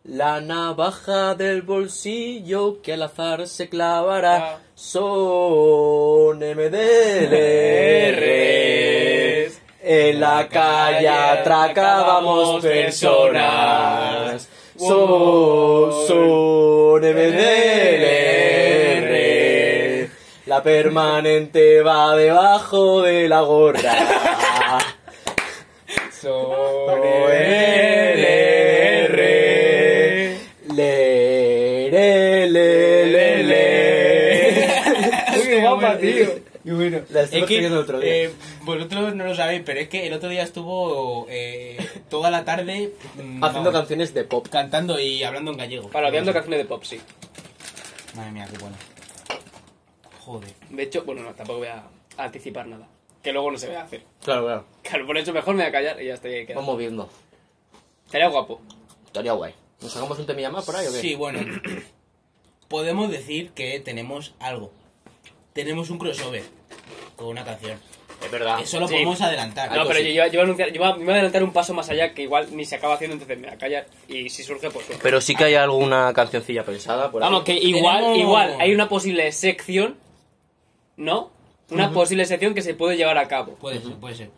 La navaja del bolsillo que al azar se clavará. Son MDLR. En la calle atracábamos personas. Son, son MDLR. La permanente va debajo de la gorra. Son MDLR. Le, le, le, le, le.
Qué guapa, tío.
La estuve
Es que,
escribiendo el otro día.
eh, vosotros no lo sabéis, pero es que el otro día estuvo eh, toda la tarde mm,
Haciendo
vamos,
canciones de pop.
cantando y hablando en gallego.
Parodiando canciones de pop, sí.
Madre mía, qué bueno. Joder.
De hecho, bueno, no, tampoco voy a anticipar nada. Que luego no se vaya a hacer.
Claro, claro.
Claro, por eso mejor me voy a callar y ya estoy ahí quedado.
Vamos viendo.
Estaría guapo.
Estaría guay. ¿Nos sacamos un temilla más por ahí o qué?
Sí, bueno. Podemos decir que tenemos algo. Tenemos un crossover con una canción.
Es verdad.
Eso lo
Ah, sí.
podemos adelantar.
No,
Algo
pero yo,
sí.
yo, yo iba a anunciar- yo iba- me voy a adelantar un paso más allá que igual ni se acaba haciendo, entonces me voy a callar. Y si surge, pues surge.
Pero sí que hay alguna cancioncilla pensada por ahí.
Vamos, que igual,
Tenemos-
igual, hay una posible sección, ¿no? Una posible sección que se puede llevar a cabo.
Puede ser, puede ser.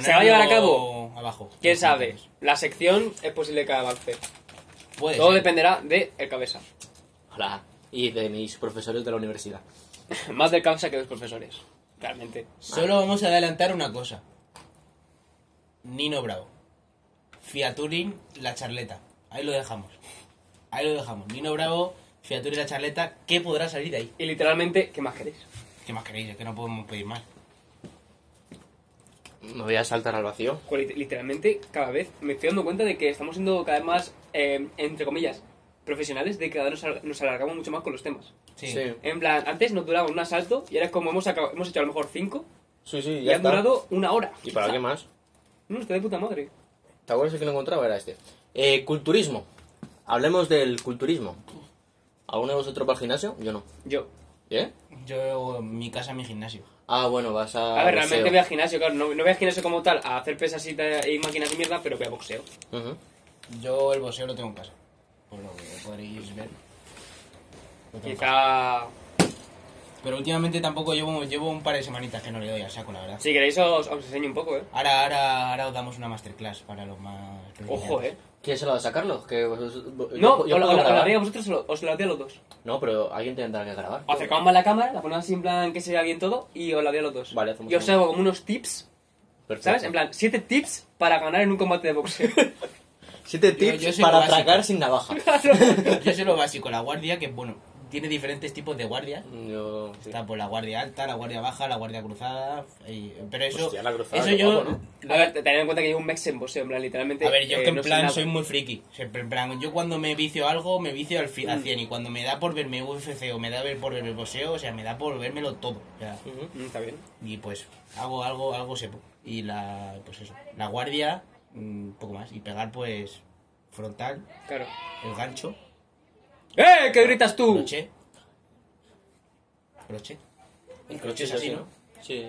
¿Se va a llevar a
Ponerlo
cabo?
Abajo.
¿Quién sabe? La sección es posible que avance.
Puede
Todo
ser.
dependerá de el cabeza.
Hola. Y de mis profesores de la universidad.
Más del cabeza que de los profesores. Realmente.
Solo vamos a adelantar una cosa. Nino Bravo. Fiaturing La Charleta. Ahí lo dejamos. Ahí lo dejamos. Nino Bravo, Fiaturing La Charleta. ¿Qué podrá salir de ahí?
Y literalmente, ¿qué más queréis?
¿Qué más queréis? Es que no podemos pedir más.
Me voy a saltar al vacío.
Pues lit- Literalmente, cada vez me estoy dando cuenta de que estamos siendo cada vez más, eh, entre comillas, profesionales, de que cada vez nos al- nos alargamos mucho más con los temas.
Sí.
En plan, antes nos duraba un asalto y ahora es como hemos, acabado- hemos hecho a lo mejor cinco
Sí, sí,
y, han durado una hora.
¿Y para
O sea,
qué más?
No, está de puta madre.
¿Te acuerdas el que no encontraba? Era este. Eh, culturismo. Hablemos del culturismo. ¿Alguno de vosotros va al gimnasio? Yo no.
Yo.
¿Eh?
Yo, en mi casa, mi gimnasio.
Ah, bueno, vas a.
A ver, realmente voy
boxeo.
al gimnasio, claro. No, no voy al gimnasio como tal a hacer pesas y, ta- y máquinas y mierda, pero voy a boxeo.
Ujú.
Yo el boxeo lo tengo en casa. Por lo que podréis ver. Lo tengo en casa.
Quizá
Pero últimamente tampoco llevo, llevo un par de semanitas que no le doy al saco, la verdad.
Si queréis os, os enseño un poco, ¿eh?
Ahora, ahora, ahora os damos una masterclass para los más...
Ojo, ¿eh?
¿Quieres se la vas a Carlos? Que vos- yo-
No,
yo
os la-
puedo
os la os la
grabar.
haré a vosotros, o lo- os la haré a los dos.
No, pero alguien tendrá que grabar.
Os acercamos más la cámara, la ponemos así en plan que se vea bien todo y os la haré a los dos.
Vale, hacemos
Y os
un-
hago como unos tips,
Perfecto.
¿sabes? En plan, siete tips para ganar en un combate de boxeo.
Siete
Yo-
tips
yo soy
para
básico.
atracar sin navaja.
Yo sé lo básico, la guardia, que bueno, tiene diferentes tipos de guardias.
Yo- sí.
Está por la guardia alta, la guardia baja, la guardia cruzada. y- pero eso.
Hostia, la cruzada,
eso
qué
yo.
guapo,
A ver, tened en cuenta que llevo un mes en boxeo, en plan, literalmente.
A ver, yo
eh,
es que en
no sé
plan
nada.
soy muy friki. O sea, en plan, yo cuando me vicio algo, me vicio al, fi-
Mm.
al 100. Y cuando me da por verme UFC o me da ver- por verme boxeo, o sea, me da por vérmelo todo. O sea,
Mm, Está bien.
y pues hago algo, algo sepo. Y la. Pues eso. La guardia, un poco más. Y pegar, pues. Frontal,
Claro.
el gancho,
¡Eh! ¿Qué gritas tú?
crochet. Crochet. El crochet es así, ¿no?
Sí.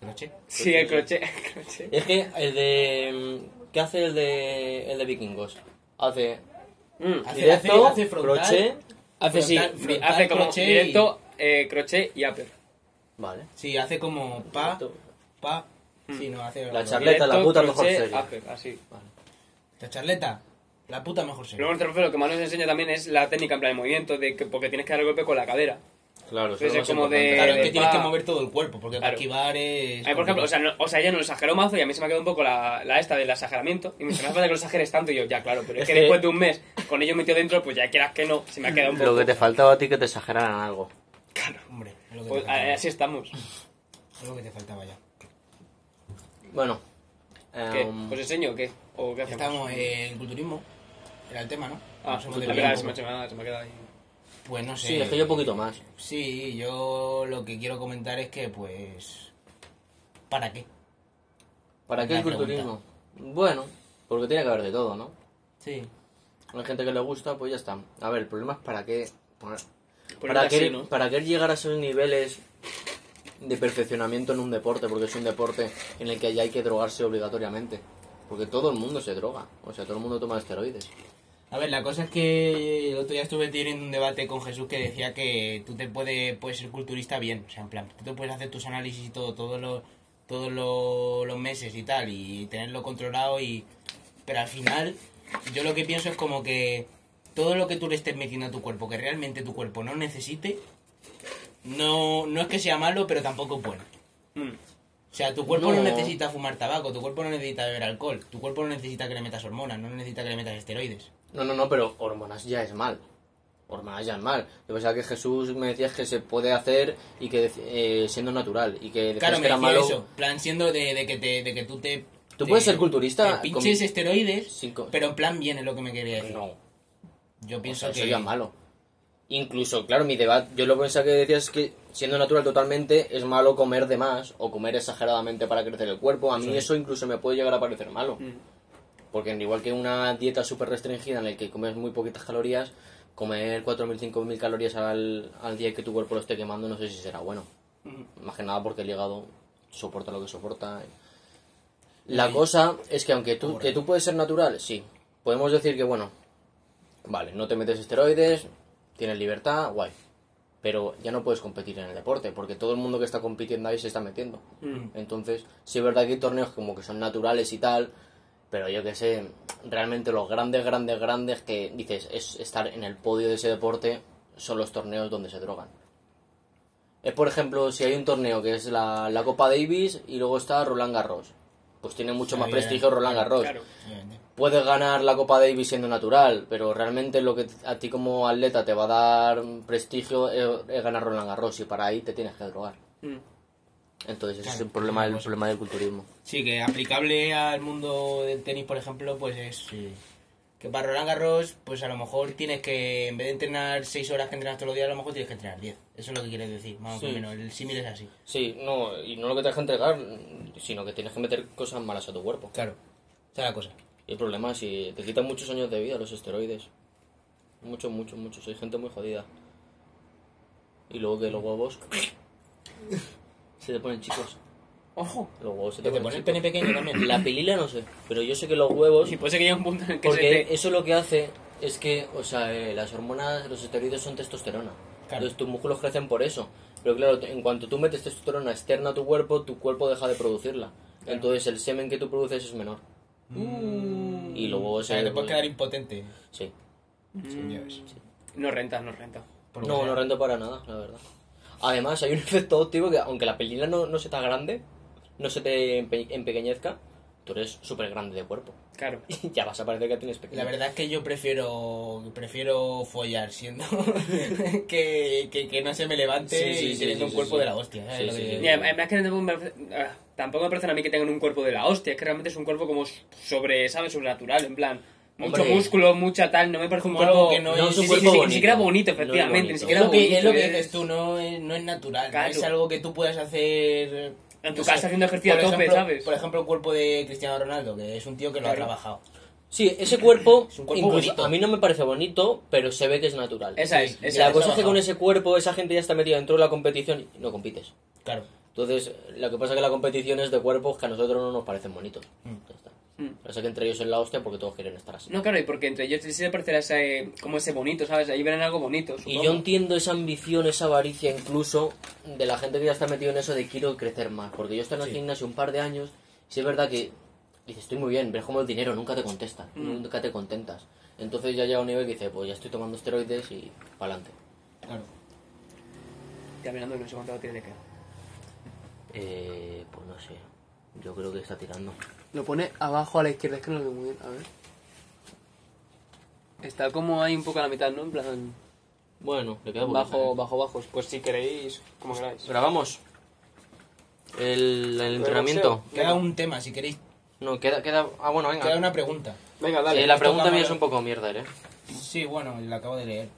Crochet.
Sí, el crochet. el crochet.
Es que el de... mm, ¿Qué hace el de, el de vikingos? Hace
Mm.
Hace-
directo,
hace- hace frontal.
crochet...
Hace sí,
Frontal- frontal,
hace como
crochet y-
directo, eh, crochet y upper.
Vale.
Sí, hace como pa, pa. Sí, no, hace.
Mm. La charla- Charleta,
Directo,
la puta mejor
crochet,
serie.
upper, así.
La charleta. La puta mejor serie.
Luego en el tercero lo que más nos enseña también es la técnica en plan de movimiento, de que, porque tienes que dar el golpe con la cadera.
Claro,
Pues
eso
es
lo
como
más
de-
importante.
Claro, es que tienes
pa.
que mover todo el cuerpo, porque para
Claro.
esquivar es.
A mí, por ejemplo, o sea, no- o sea, ella nos exageró mazo y a mí se me ha quedado un poco la, la esta del exageramiento. Y me dice, no hace falta que lo exageres tanto. Y yo, ya, claro, pero es,
Es
que,
que-
después de un mes con ello metido dentro, pues ya quieras que no, se me ha quedado un poco.
Lo que te faltaba a ti que te exageraran algo.
Hombre, es lo que,
Pues,
te
a-
faltaba,
así estamos.
es lo que te faltaba ya.
Bueno.
¿Qué? Pues
em,
¿Os enseño o qué? ¿O qué hacemos?
Estamos eh, en culturismo. Era el tema, ¿no?
Ah,
Nos hemos
la
desviado
verdad,
un
se
poco.
me, ha- se me ha se me ha quedado ahí.
Pues no sé.
sí, es que yo un poquito más.
Sí, yo lo que quiero comentar es que, pues. ¿Para qué?
¿Para qué
La
el culturismo? Bueno, porque tiene que haber de todo, ¿no?
Sí.
Hay gente que le gusta, pues ya está. A ver, el problema es para qué. Para,
Ponerte
para
así,
qué,
¿no?
para qué llegar a esos niveles de perfeccionamiento en un deporte, porque es un deporte en el que ya hay que drogarse obligatoriamente. Porque todo el mundo se droga, o sea, todo el mundo toma esteroides.
A ver, la cosa es que el otro día estuve teniendo un debate con Jesús que decía que tú te puedes, puedes ser culturista bien, o sea, en plan, tú te puedes hacer tus análisis y todo, todos los, todos los, los meses y tal, y tenerlo controlado y... Pero al final, yo lo que pienso es como que todo lo que tú le estés metiendo a tu cuerpo, que realmente tu cuerpo no necesite, no, no es que sea malo, pero tampoco es bueno.
Mm.
O sea, tu cuerpo no.
No.
necesita fumar tabaco, tu cuerpo no necesita beber alcohol, tu cuerpo no necesita que le metas hormonas, no necesita que le metas esteroides.
No, no, no, pero hormonas ya es mal. Hormonas ya es mal. Yo pensaba que Jesús me decías que se puede hacer y que eh, siendo natural y que decías
Claro,
que
me
era
refiero
malo.
a eso. plan siendo de, de que, te, de que tú te...
Tú
te-
puedes ser culturista
te pinches
con-
esteroides,
sin co-
pero en plan bien es lo que me quería decir.
No,
Yo pienso
o sea, eso
que...
ya es malo. Incluso, claro, mi debate, yo lo pensaba que decías que siendo natural totalmente es malo comer de más o comer exageradamente para crecer el cuerpo. A mí eso incluso me puede llegar a parecer malo.
Mm.
Porque al igual que una dieta súper restringida en la que comes muy poquitas calorías, comer 4.000, 5.000 calorías al, al día y que tu cuerpo lo esté quemando no sé si será bueno.
Mm.
Más que nada porque el hígado soporta lo que soporta. La cosa es que aunque tú, que tú puedes ser natural, sí. Podemos decir que, bueno, vale, no te metes esteroides, tienes libertad, guay. Pero ya no puedes competir en el deporte, porque todo el mundo que está compitiendo ahí se está metiendo.
Mm.
Entonces, sí es verdad que hay torneos como que son naturales y tal, pero yo que sé, realmente los grandes, grandes, grandes que dices es estar en el podio de ese deporte son los torneos donde se drogan. Es por ejemplo, si hay un torneo que es la, la Copa Davis y luego está Roland Garros, pues tiene mucho
Ah,
más
bien,
prestigio Roland Garros.
Claro.
Obviamente.
Puedes ganar la Copa Davis siendo natural, pero realmente lo que a ti como atleta te va a dar prestigio es, es ganar Roland Garros y para ahí te tienes que drogar.
Mm.
Entonces ese es
Claro,
el problema, el
pues-
problema del culturismo.
Sí, que aplicable al mundo del tenis, por ejemplo, pues es... Que para Roland Garros, pues a lo mejor tienes que, en vez de entrenar 6 horas que entrenas todos los días, a lo mejor tienes que entrenar 10. Eso es lo que quieres decir, más o
Sí.
menos. El símil es así.
Sí, no, y no lo que te deja entregar, sino que tienes que meter cosas malas a tu cuerpo.
Claro. Esa es la cosa.
Y el problema es que te quitan muchos años de vida los esteroides. Muchos, muchos, muchos. Hay gente muy jodida. Y luego que los huevos se te ponen chicos.
Ojo.
Los huevos se
Que
te
te
ponen
pone el
chicos.
pene pequeño también.
La pilila no sé, pero yo sé que los huevos
Y puede ser que llegue un punto en el que se
Porque
te...
eso lo que hace es que, o sea, eh, las hormonas, los esteroides son testosterona.
Claro.
Entonces tus músculos crecen por eso. Pero claro, te- en cuanto tú metes testosterona externa a tu cuerpo, tu cuerpo deja de producirla. Entonces el semen que tú produces es menor. Y luego
O sea,
se-
te puedes quedar impotente.
Sí.
Señores.
"Mm, No renta, no renta.
Por lo
No,
que
no
sea.
rento para nada, la verdad. Además, hay un efecto óptico que, aunque la pelina no, no sea tan grande, no se te empe- empequeñezca, tú eres súper grande de cuerpo.
Claro.
ya vas a parecer que tienes pequeño.
La verdad es que yo prefiero prefiero follar siendo que, que, que no se me levante
Sí, sí,
y
sí,
teniendo
sí,
un
sí,
cuerpo
sí.
de la hostia. ¿sabes
Sí,
lo
sí,
que
sí.
digo?
Y además que tampoco me, parece- ah, tampoco me parecen a mí que tengan un cuerpo de la hostia, es que realmente es un cuerpo como sobre, ¿sabes? Sobrenatural, en plan, mucho
Hombre.
músculo, mucha tal, no me parece un
Un cuerpo
cuerpo...
que no es-
No, es
sí,
un
sí,
cuerpo
sí,
bonito.
ni siquiera bonito,
No es
efectivamente, ni
bonito.
Es
siquiera
lo que,
bonito,
es lo que
es-
dices tú, no es, no es natural,
Claro.
no es algo que tú puedas hacer...
En tu
no sé,
casa haciendo ejercicio
por
a tope,
ejemplo-
¿sabes?
Por ejemplo, el cuerpo de Cristiano Ronaldo, que es un tío que lo ha
Claro.
trabajado.
Sí, ese cuerpo,
Es un cuerpo
incluso
bonito.
a mí no me parece bonito, pero se ve que es natural.
Esa es,
Sí,
esa
la
ya,
es.
cosa es que
trabajado.
con ese cuerpo esa gente ya está metida dentro de la competición y no compites.
Claro.
Entonces, lo que pasa es que la competición es de cuerpos que a nosotros no nos parecen bonitos. Ya está.
Mm.
Pero sé que entre ellos es la hostia porque todos quieren estar así.
No, claro, y porque entre ellos sí se parecerá ese, como ese bonito, ¿sabes? Ahí verán algo bonito,
Y
supongo.
yo entiendo esa ambición, esa avaricia incluso de la gente que ya está metido en eso de quiero crecer más. Porque yo estoy en el
Sí.
gimnasio un par de años y sí es verdad que dices, estoy muy bien, pero es como el dinero, nunca te contestan,
Mm.
nunca te contentas. Entonces ya llega un nivel que dice, pues ya estoy tomando esteroides y pa'lante.
Claro.
Ya mirando que no sé cuánto tiene que...
Eh, pues no sé, yo creo que está tirando.
Lo pone abajo a la izquierda, es que no lo veo muy bien. A ver.
Está como ahí un poco a la mitad, ¿no? En plan,
Bueno, le queda
¿eh?
¿eh?
bajo, bajo, bajos. Pues si queréis, como queráis.
Grabamos. El, el entrenamiento.
Queda un tema, si queréis.
No, queda, queda... Ah, bueno, venga.
Queda una pregunta.
Venga,
Eh, la
nos
pregunta
toca
mía es
Mario.
un poco mierda, ¿eh?
Sí, bueno, la acabo de leer.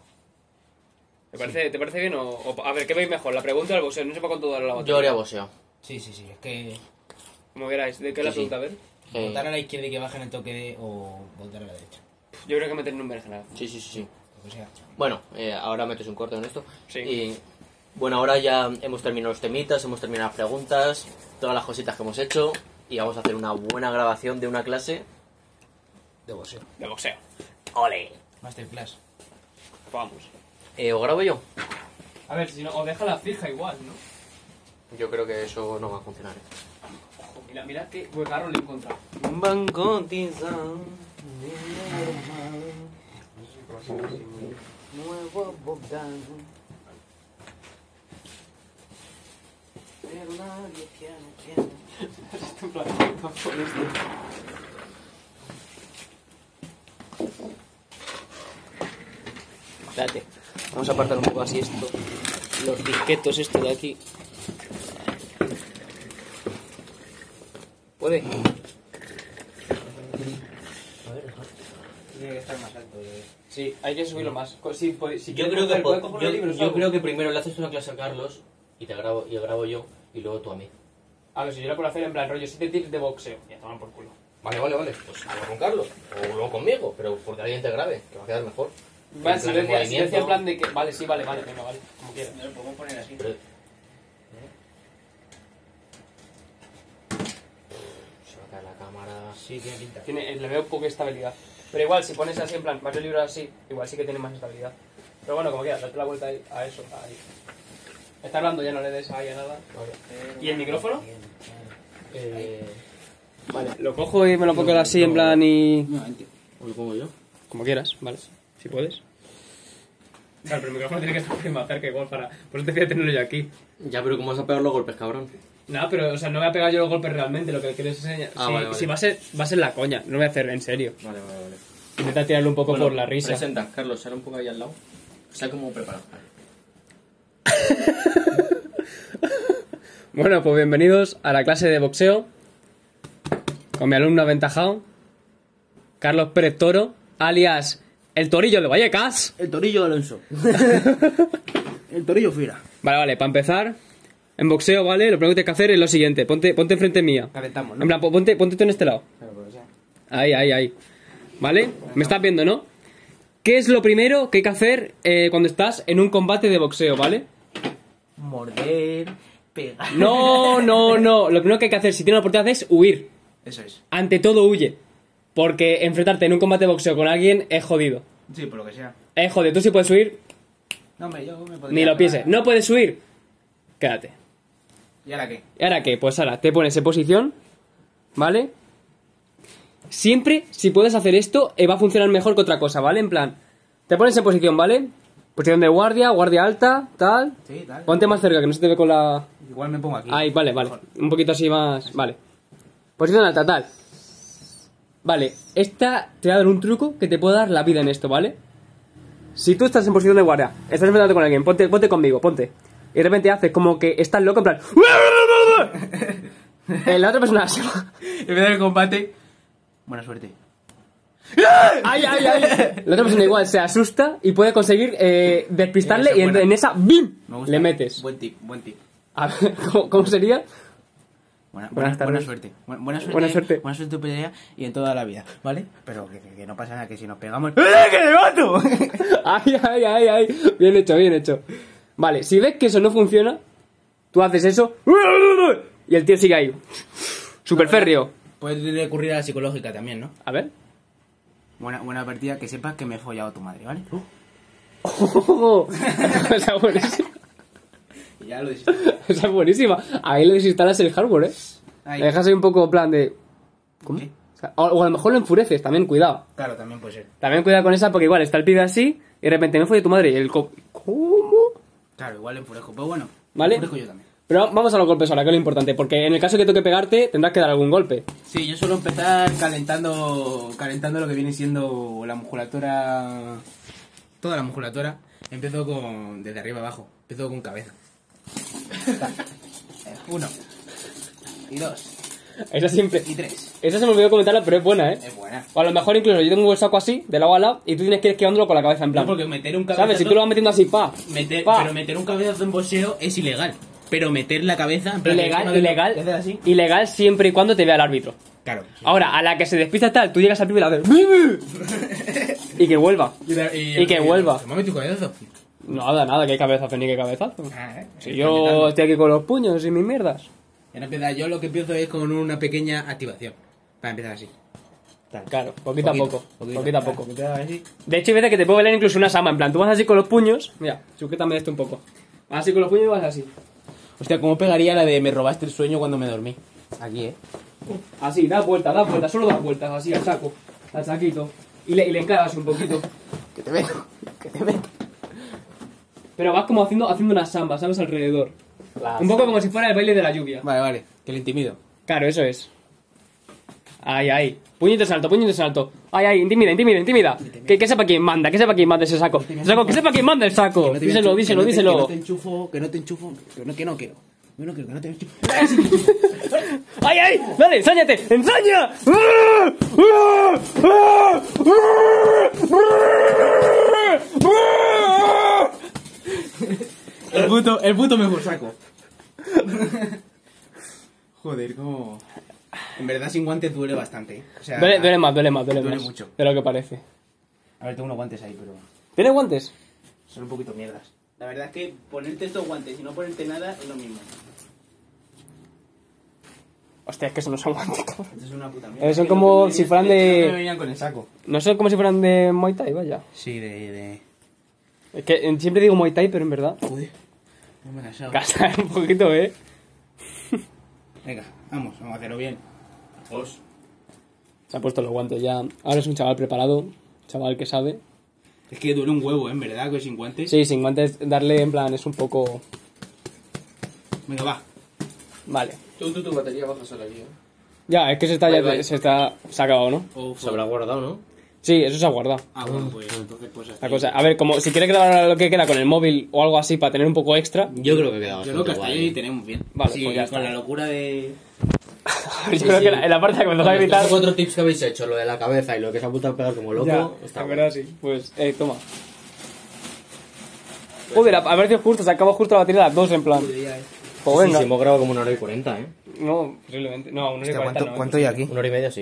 ¿Te parece, ¿Te parece bien o, o- A ver, ¿qué veis mejor? ¿La pregunta o el boxeo? No sé para cuánto dará la batalla.
Yo haría boxeo.
Sí, sí, sí, es que
Como queráis. ¿De qué es la
Sí, sí.
pregunta? A ver.
Eh,
votar a la izquierda y que bajen el toque de... o votar a la derecha.
Yo creo que meter números en general.
Sí, sí, sí, sí.
Lo que sea.
Bueno, eh, ahora metes un corte en esto.
Sí.
Y, bueno, ahora ya hemos terminado los temitas, hemos terminado las preguntas, todas las cositas que hemos hecho y vamos a hacer una buena grabación de una clase.
De boxeo.
De boxeo. Pues
¡Ole!
Masterclass.
Vamos.
Eh, ¿O grabo yo?
A ver, si no, o déjala fija igual, ¿no?
Yo creo que eso no va a funcionar.
Ojo, mira, mira qué huecarro le he encontrado.
Espérate. Vamos a apartar un poco así esto. Los disquetos, esto de aquí. ¿Puede?
Tiene que estar más alto.
Sí, hay que subirlo más. Co- Sí, pues, si
Yo
quieres
creo que,
coger- puedes coger unos libros o algo.
primero le haces una clase a Carlos y te grabo, yo grabo yo y luego tú a mí.
A ver, si yo lo puedo hacer en plan rollo 7 tips de boxeo. Ya toman por culo.
Vale, vale, vale. Pues hablo con Carlos o luego conmigo, pero porque alguien te grabe, que va a quedar mejor.
Vale, si yo
plan de
decía, si yo decía en
movimiento.
plan de que. Vale, sí, vale, vale, venga, vale. Como quieras.
Lo podemos poner así.
Pero- Se va a caer la cámara.
Sí, tiene pinta.
Tiene, eh, le veo poca estabilidad. Pero igual, si pones así en plan varios libros así, igual sí que tiene más estabilidad. Pero bueno, como quieras, date la vuelta ahí- a eso. Ahí. Está hablando, ya no le des ahí a nada. ¿Y el micrófono?
Eh,
Vale, lo cojo y me lo pongo así en plan y.
¿O lo pongo yo?
Como quieras, vale. Si puedes. Claro, pero el micrófono tiene que estar más cerca igual para. Por eso prefiero tenerlo yo aquí.
Ya, pero ¿cómo vas a pegar los golpes, cabrón?
No, pero o sea, no voy a pegar yo los golpes realmente, lo que quiero es enseñar.
Ah,
si,
vale, vale.
si va a ser, va a ser la coña, no lo voy a hacer en serio.
Vale, vale, vale.
Intenta tirarlo un poco por la risa.
Presenta, Carlos, sale un poco ahí al lado. Está como preparado.
Bueno, pues bienvenidos a la clase de boxeo con mi alumno aventajado, Carlos Pérez Toro, alias El Torillo de Vallecas.
El torillo Alonso. el torillo Fira.
Vale, vale, para empezar, en boxeo, ¿vale? Lo primero que tienes que hacer es lo siguiente, ponte, ponte enfrente mía.
Calentamos,
En plan, po- ponte, ponte tú en este lado. Ahí, ahí, ahí. ¿Vale? Me estás viendo, ¿no? ¿Qué es lo primero que hay que hacer eh, cuando estás en un combate de boxeo, ¿vale?
Morder, pegar.
No, no, no. Lo primero que hay que hacer si tienes la oportunidad es huir.
Eso es.
ante todo huye. Porque enfrentarte en un combate de boxeo con alguien es jodido.
Sí, por lo que sea.
Es jodido. Tú si puedes huir,
No, hombre, yo me
ni lo pienses. No puedes huir. Quédate.
¿Y ahora qué?
¿Y ahora qué? Pues ahora te pones en posición, ¿vale? Siempre, si puedes hacer esto, eh, va a funcionar mejor que otra cosa, ¿vale? En plan, te pones en posición, ¿vale? Posición de guardia, guardia alta, tal.
Sí, tal.
Ponte más cerca, que no se te ve con la...
Igual me pongo aquí.
Ahí, vale, vale. Un poquito así más... Vale. Posición alta, tal. Vale, esta te va a dar un truco que te puede dar la vida en esto, ¿vale? Si tú estás en posición de guardia, estás enfrentándote con alguien, ponte, ponte conmigo, ponte. Y de repente haces como que estás loco, en plan... Eh, La otra persona se va.
Empieza el combate. Buena suerte.
¡Ay, ay, ay! La otra persona igual se asusta y puede conseguir eh, despistarle
Esa es
y en,
buena.
en esa ¡bim!
Me gusta.
Le metes.
Buen tip, buen tip.
A ver, ¿cómo, cómo sería?
Buena, buena,
Buenas tardes.
buena suerte. Buena, buena suerte.
Buena suerte.
Buena suerte en tu pelea y en toda la vida, ¿vale? Pero que, que- que no pasa nada, que si nos pegamos. ¡Eh, que le mato!
¡Ay, ay, ay, ay! Bien hecho, bien hecho. Vale, si ves que eso no funciona, tú haces eso y el tío sigue ahí. Super férreo.
Puedes recurrir a la psicológica también, ¿no?
A ver.
Buena, buena partida, que sepas que me he follado a tu madre, ¿vale?
esa es buenísima.
Ya lo dices.
Esa es buenísima. Ahí le desinstalas el hardware, ¿eh?
Ahí.
Le dejas ahí un poco en plan de... ¿Cómo?
Sí.
O sea, O, o a lo mejor lo enfureces, también cuidado.
Claro, también puede ser.
También cuidado con esa porque igual está el pibe así y de repente no fue de tu madre y el co- ¿Cómo?
Claro, igual enfurezco. Pero bueno,
Vale.
enfurezco yo también.
Pero vamos a los golpes ahora, que es lo importante, porque en el caso que toque pegarte tendrás que dar algún golpe.
Sí, yo suelo empezar calentando, calentando lo que viene siendo la musculatura, toda la musculatura. Empiezo con desde arriba abajo, empiezo con cabeza. Uno y dos
Esa siempre.
y tres.
Esa se me olvidó comentarla, pero es buena, ¿eh?
Es buena.
O a lo mejor incluso yo tengo el saco así, de lado a lado, y tú tienes que ir esquivándolo con la cabeza en plan.
No, porque meter un cabezazo,
¿Sabes? Si tú lo vas metiendo así, pa.
meter,
pa.
pero meter un cabezazo en boxeo es ilegal. Pero meter la cabeza en plan,
Ilegal,
es que no-
ilegal,
hacer así.
ilegal siempre y cuando te vea el árbitro.
Claro.
Ahora, a la que se despista tal, tú llegas al primer lado y que vuelva. Y que vuelva.
Me ha metido un cabezazo.
Nada, nada, que cabezazo, ni que cabezazo.
Ah, ¿eh?
Si yo estoy aquí con los puños y mis mierdas.
En realidad, yo lo que empiezo es con una pequeña activación. Para empezar así.
Claro, poquito, a poco. Poquito, a
claro.
poco.
Empezar así.
De hecho, hay veces que te puedo bailar incluso una sama. En plan, tú vas así con los puños. Mira, sujétame esto un poco. Vas así con los puños y vas así.
Hostia, ¿cómo pegaría la de me robaste el sueño cuando me dormí? Aquí, ¿eh?
Así, da vueltas, da vueltas, solo da vueltas, así al saco, al saquito. Y le, y le enclavas un poquito.
Que te veo, que te veo.
Pero vas como haciendo, haciendo una samba, ¿sabes? Alrededor. Un poco como si fuera el baile de la lluvia.
Vale, vale, que le intimido.
Claro, eso es. Ay, ay. Puñito en alto, puñito en alto. Ay, ay, intimida, intimida, intimida. Que, que sepa quién manda, que sepa quién manda ese saco. saco que sepa quién manda el saco.
Que no te
díselo,
voy a enchu-
díselo,
que no te- Que
díselo.
no te enchufo, que no te enchufo, que no, que no quiero. Yo no quiero, que no te enchufo.
¡Ay, ay! ¡Dale, ensáñate! ¡Ensaña! ¡Ah! ¡Ah! ¡Ah! ¡Ah! ¡Ah!
El puto, el puto mejor saco. Joder, como... En verdad, sin guantes duele bastante. ¿eh? O sea,
Duele, duele más, duele más, duele,
Duele
más
mucho.
de lo que parece.
A ver, tengo unos guantes ahí, pero
¿Tiene guantes?
son un poquito mierdas. La verdad es que ponerte estos guantes y no ponerte nada es lo mismo.
Hostia, es que eso no son guantes, cabrón.
Esto es una puta
Eh, son como si fueran
Estos no me
de...
venían con el saco.
No son como si fueran de Muay Thai, vaya.
Sí, de... de...
Es que eh, siempre digo Muay Thai, pero en verdad...
Joder. No me he cansado.
Gastar un poquito, ¿eh?
Venga, vamos, vamos a hacerlo bien. Os.
Se ha puesto los guantes ya. Ahora es un chaval preparado, un chaval que sabe.
Es que duele un huevo, ¿eh? en verdad, que sin guantes.
Sí, sin guantes darle en plan es un poco...
Venga, va.
Vale.
Tú, tú, tu batería baja sola aquí, ¿eh?
Ya, es que se está...
Bye,
ya-
bye.
Se está... Se ha acabado, ¿no?
Oh, fuck.
Se habrá guardado, ¿no?
Sí, eso se ha guardado.
Ah, bueno, pues entonces pues hasta
La cosa... A ver, como si quieres grabar ahora lo que queda con el móvil o algo así para tener un poco extra...
Yo creo que queda
ahí. Yo creo que
bastante
hasta
guay. eh.
ahí tenemos bien.
Vale,
Sí,
pues ya
con
está.
la locura de...
Yo creo que la- en la parte que comenzó a
Bueno,
gritar...
estos cuatro tips que habéis hecho, lo de la cabeza y lo que se ha apuntado a pegar como loco,
Ya,
está
la
guay.
verdad sí. Pues, eh, toma. Joder, ha ha parecido justo, se acaba justo la batería a las 2 en plan. Pues
Sí, sí,
venga.
hemos grabado como una hora y cuarenta, ¿eh?
No, posiblemente. No, no sé
¿Cuánto,
no.
¿Cuánto hay aquí?
Una hora y media, sí.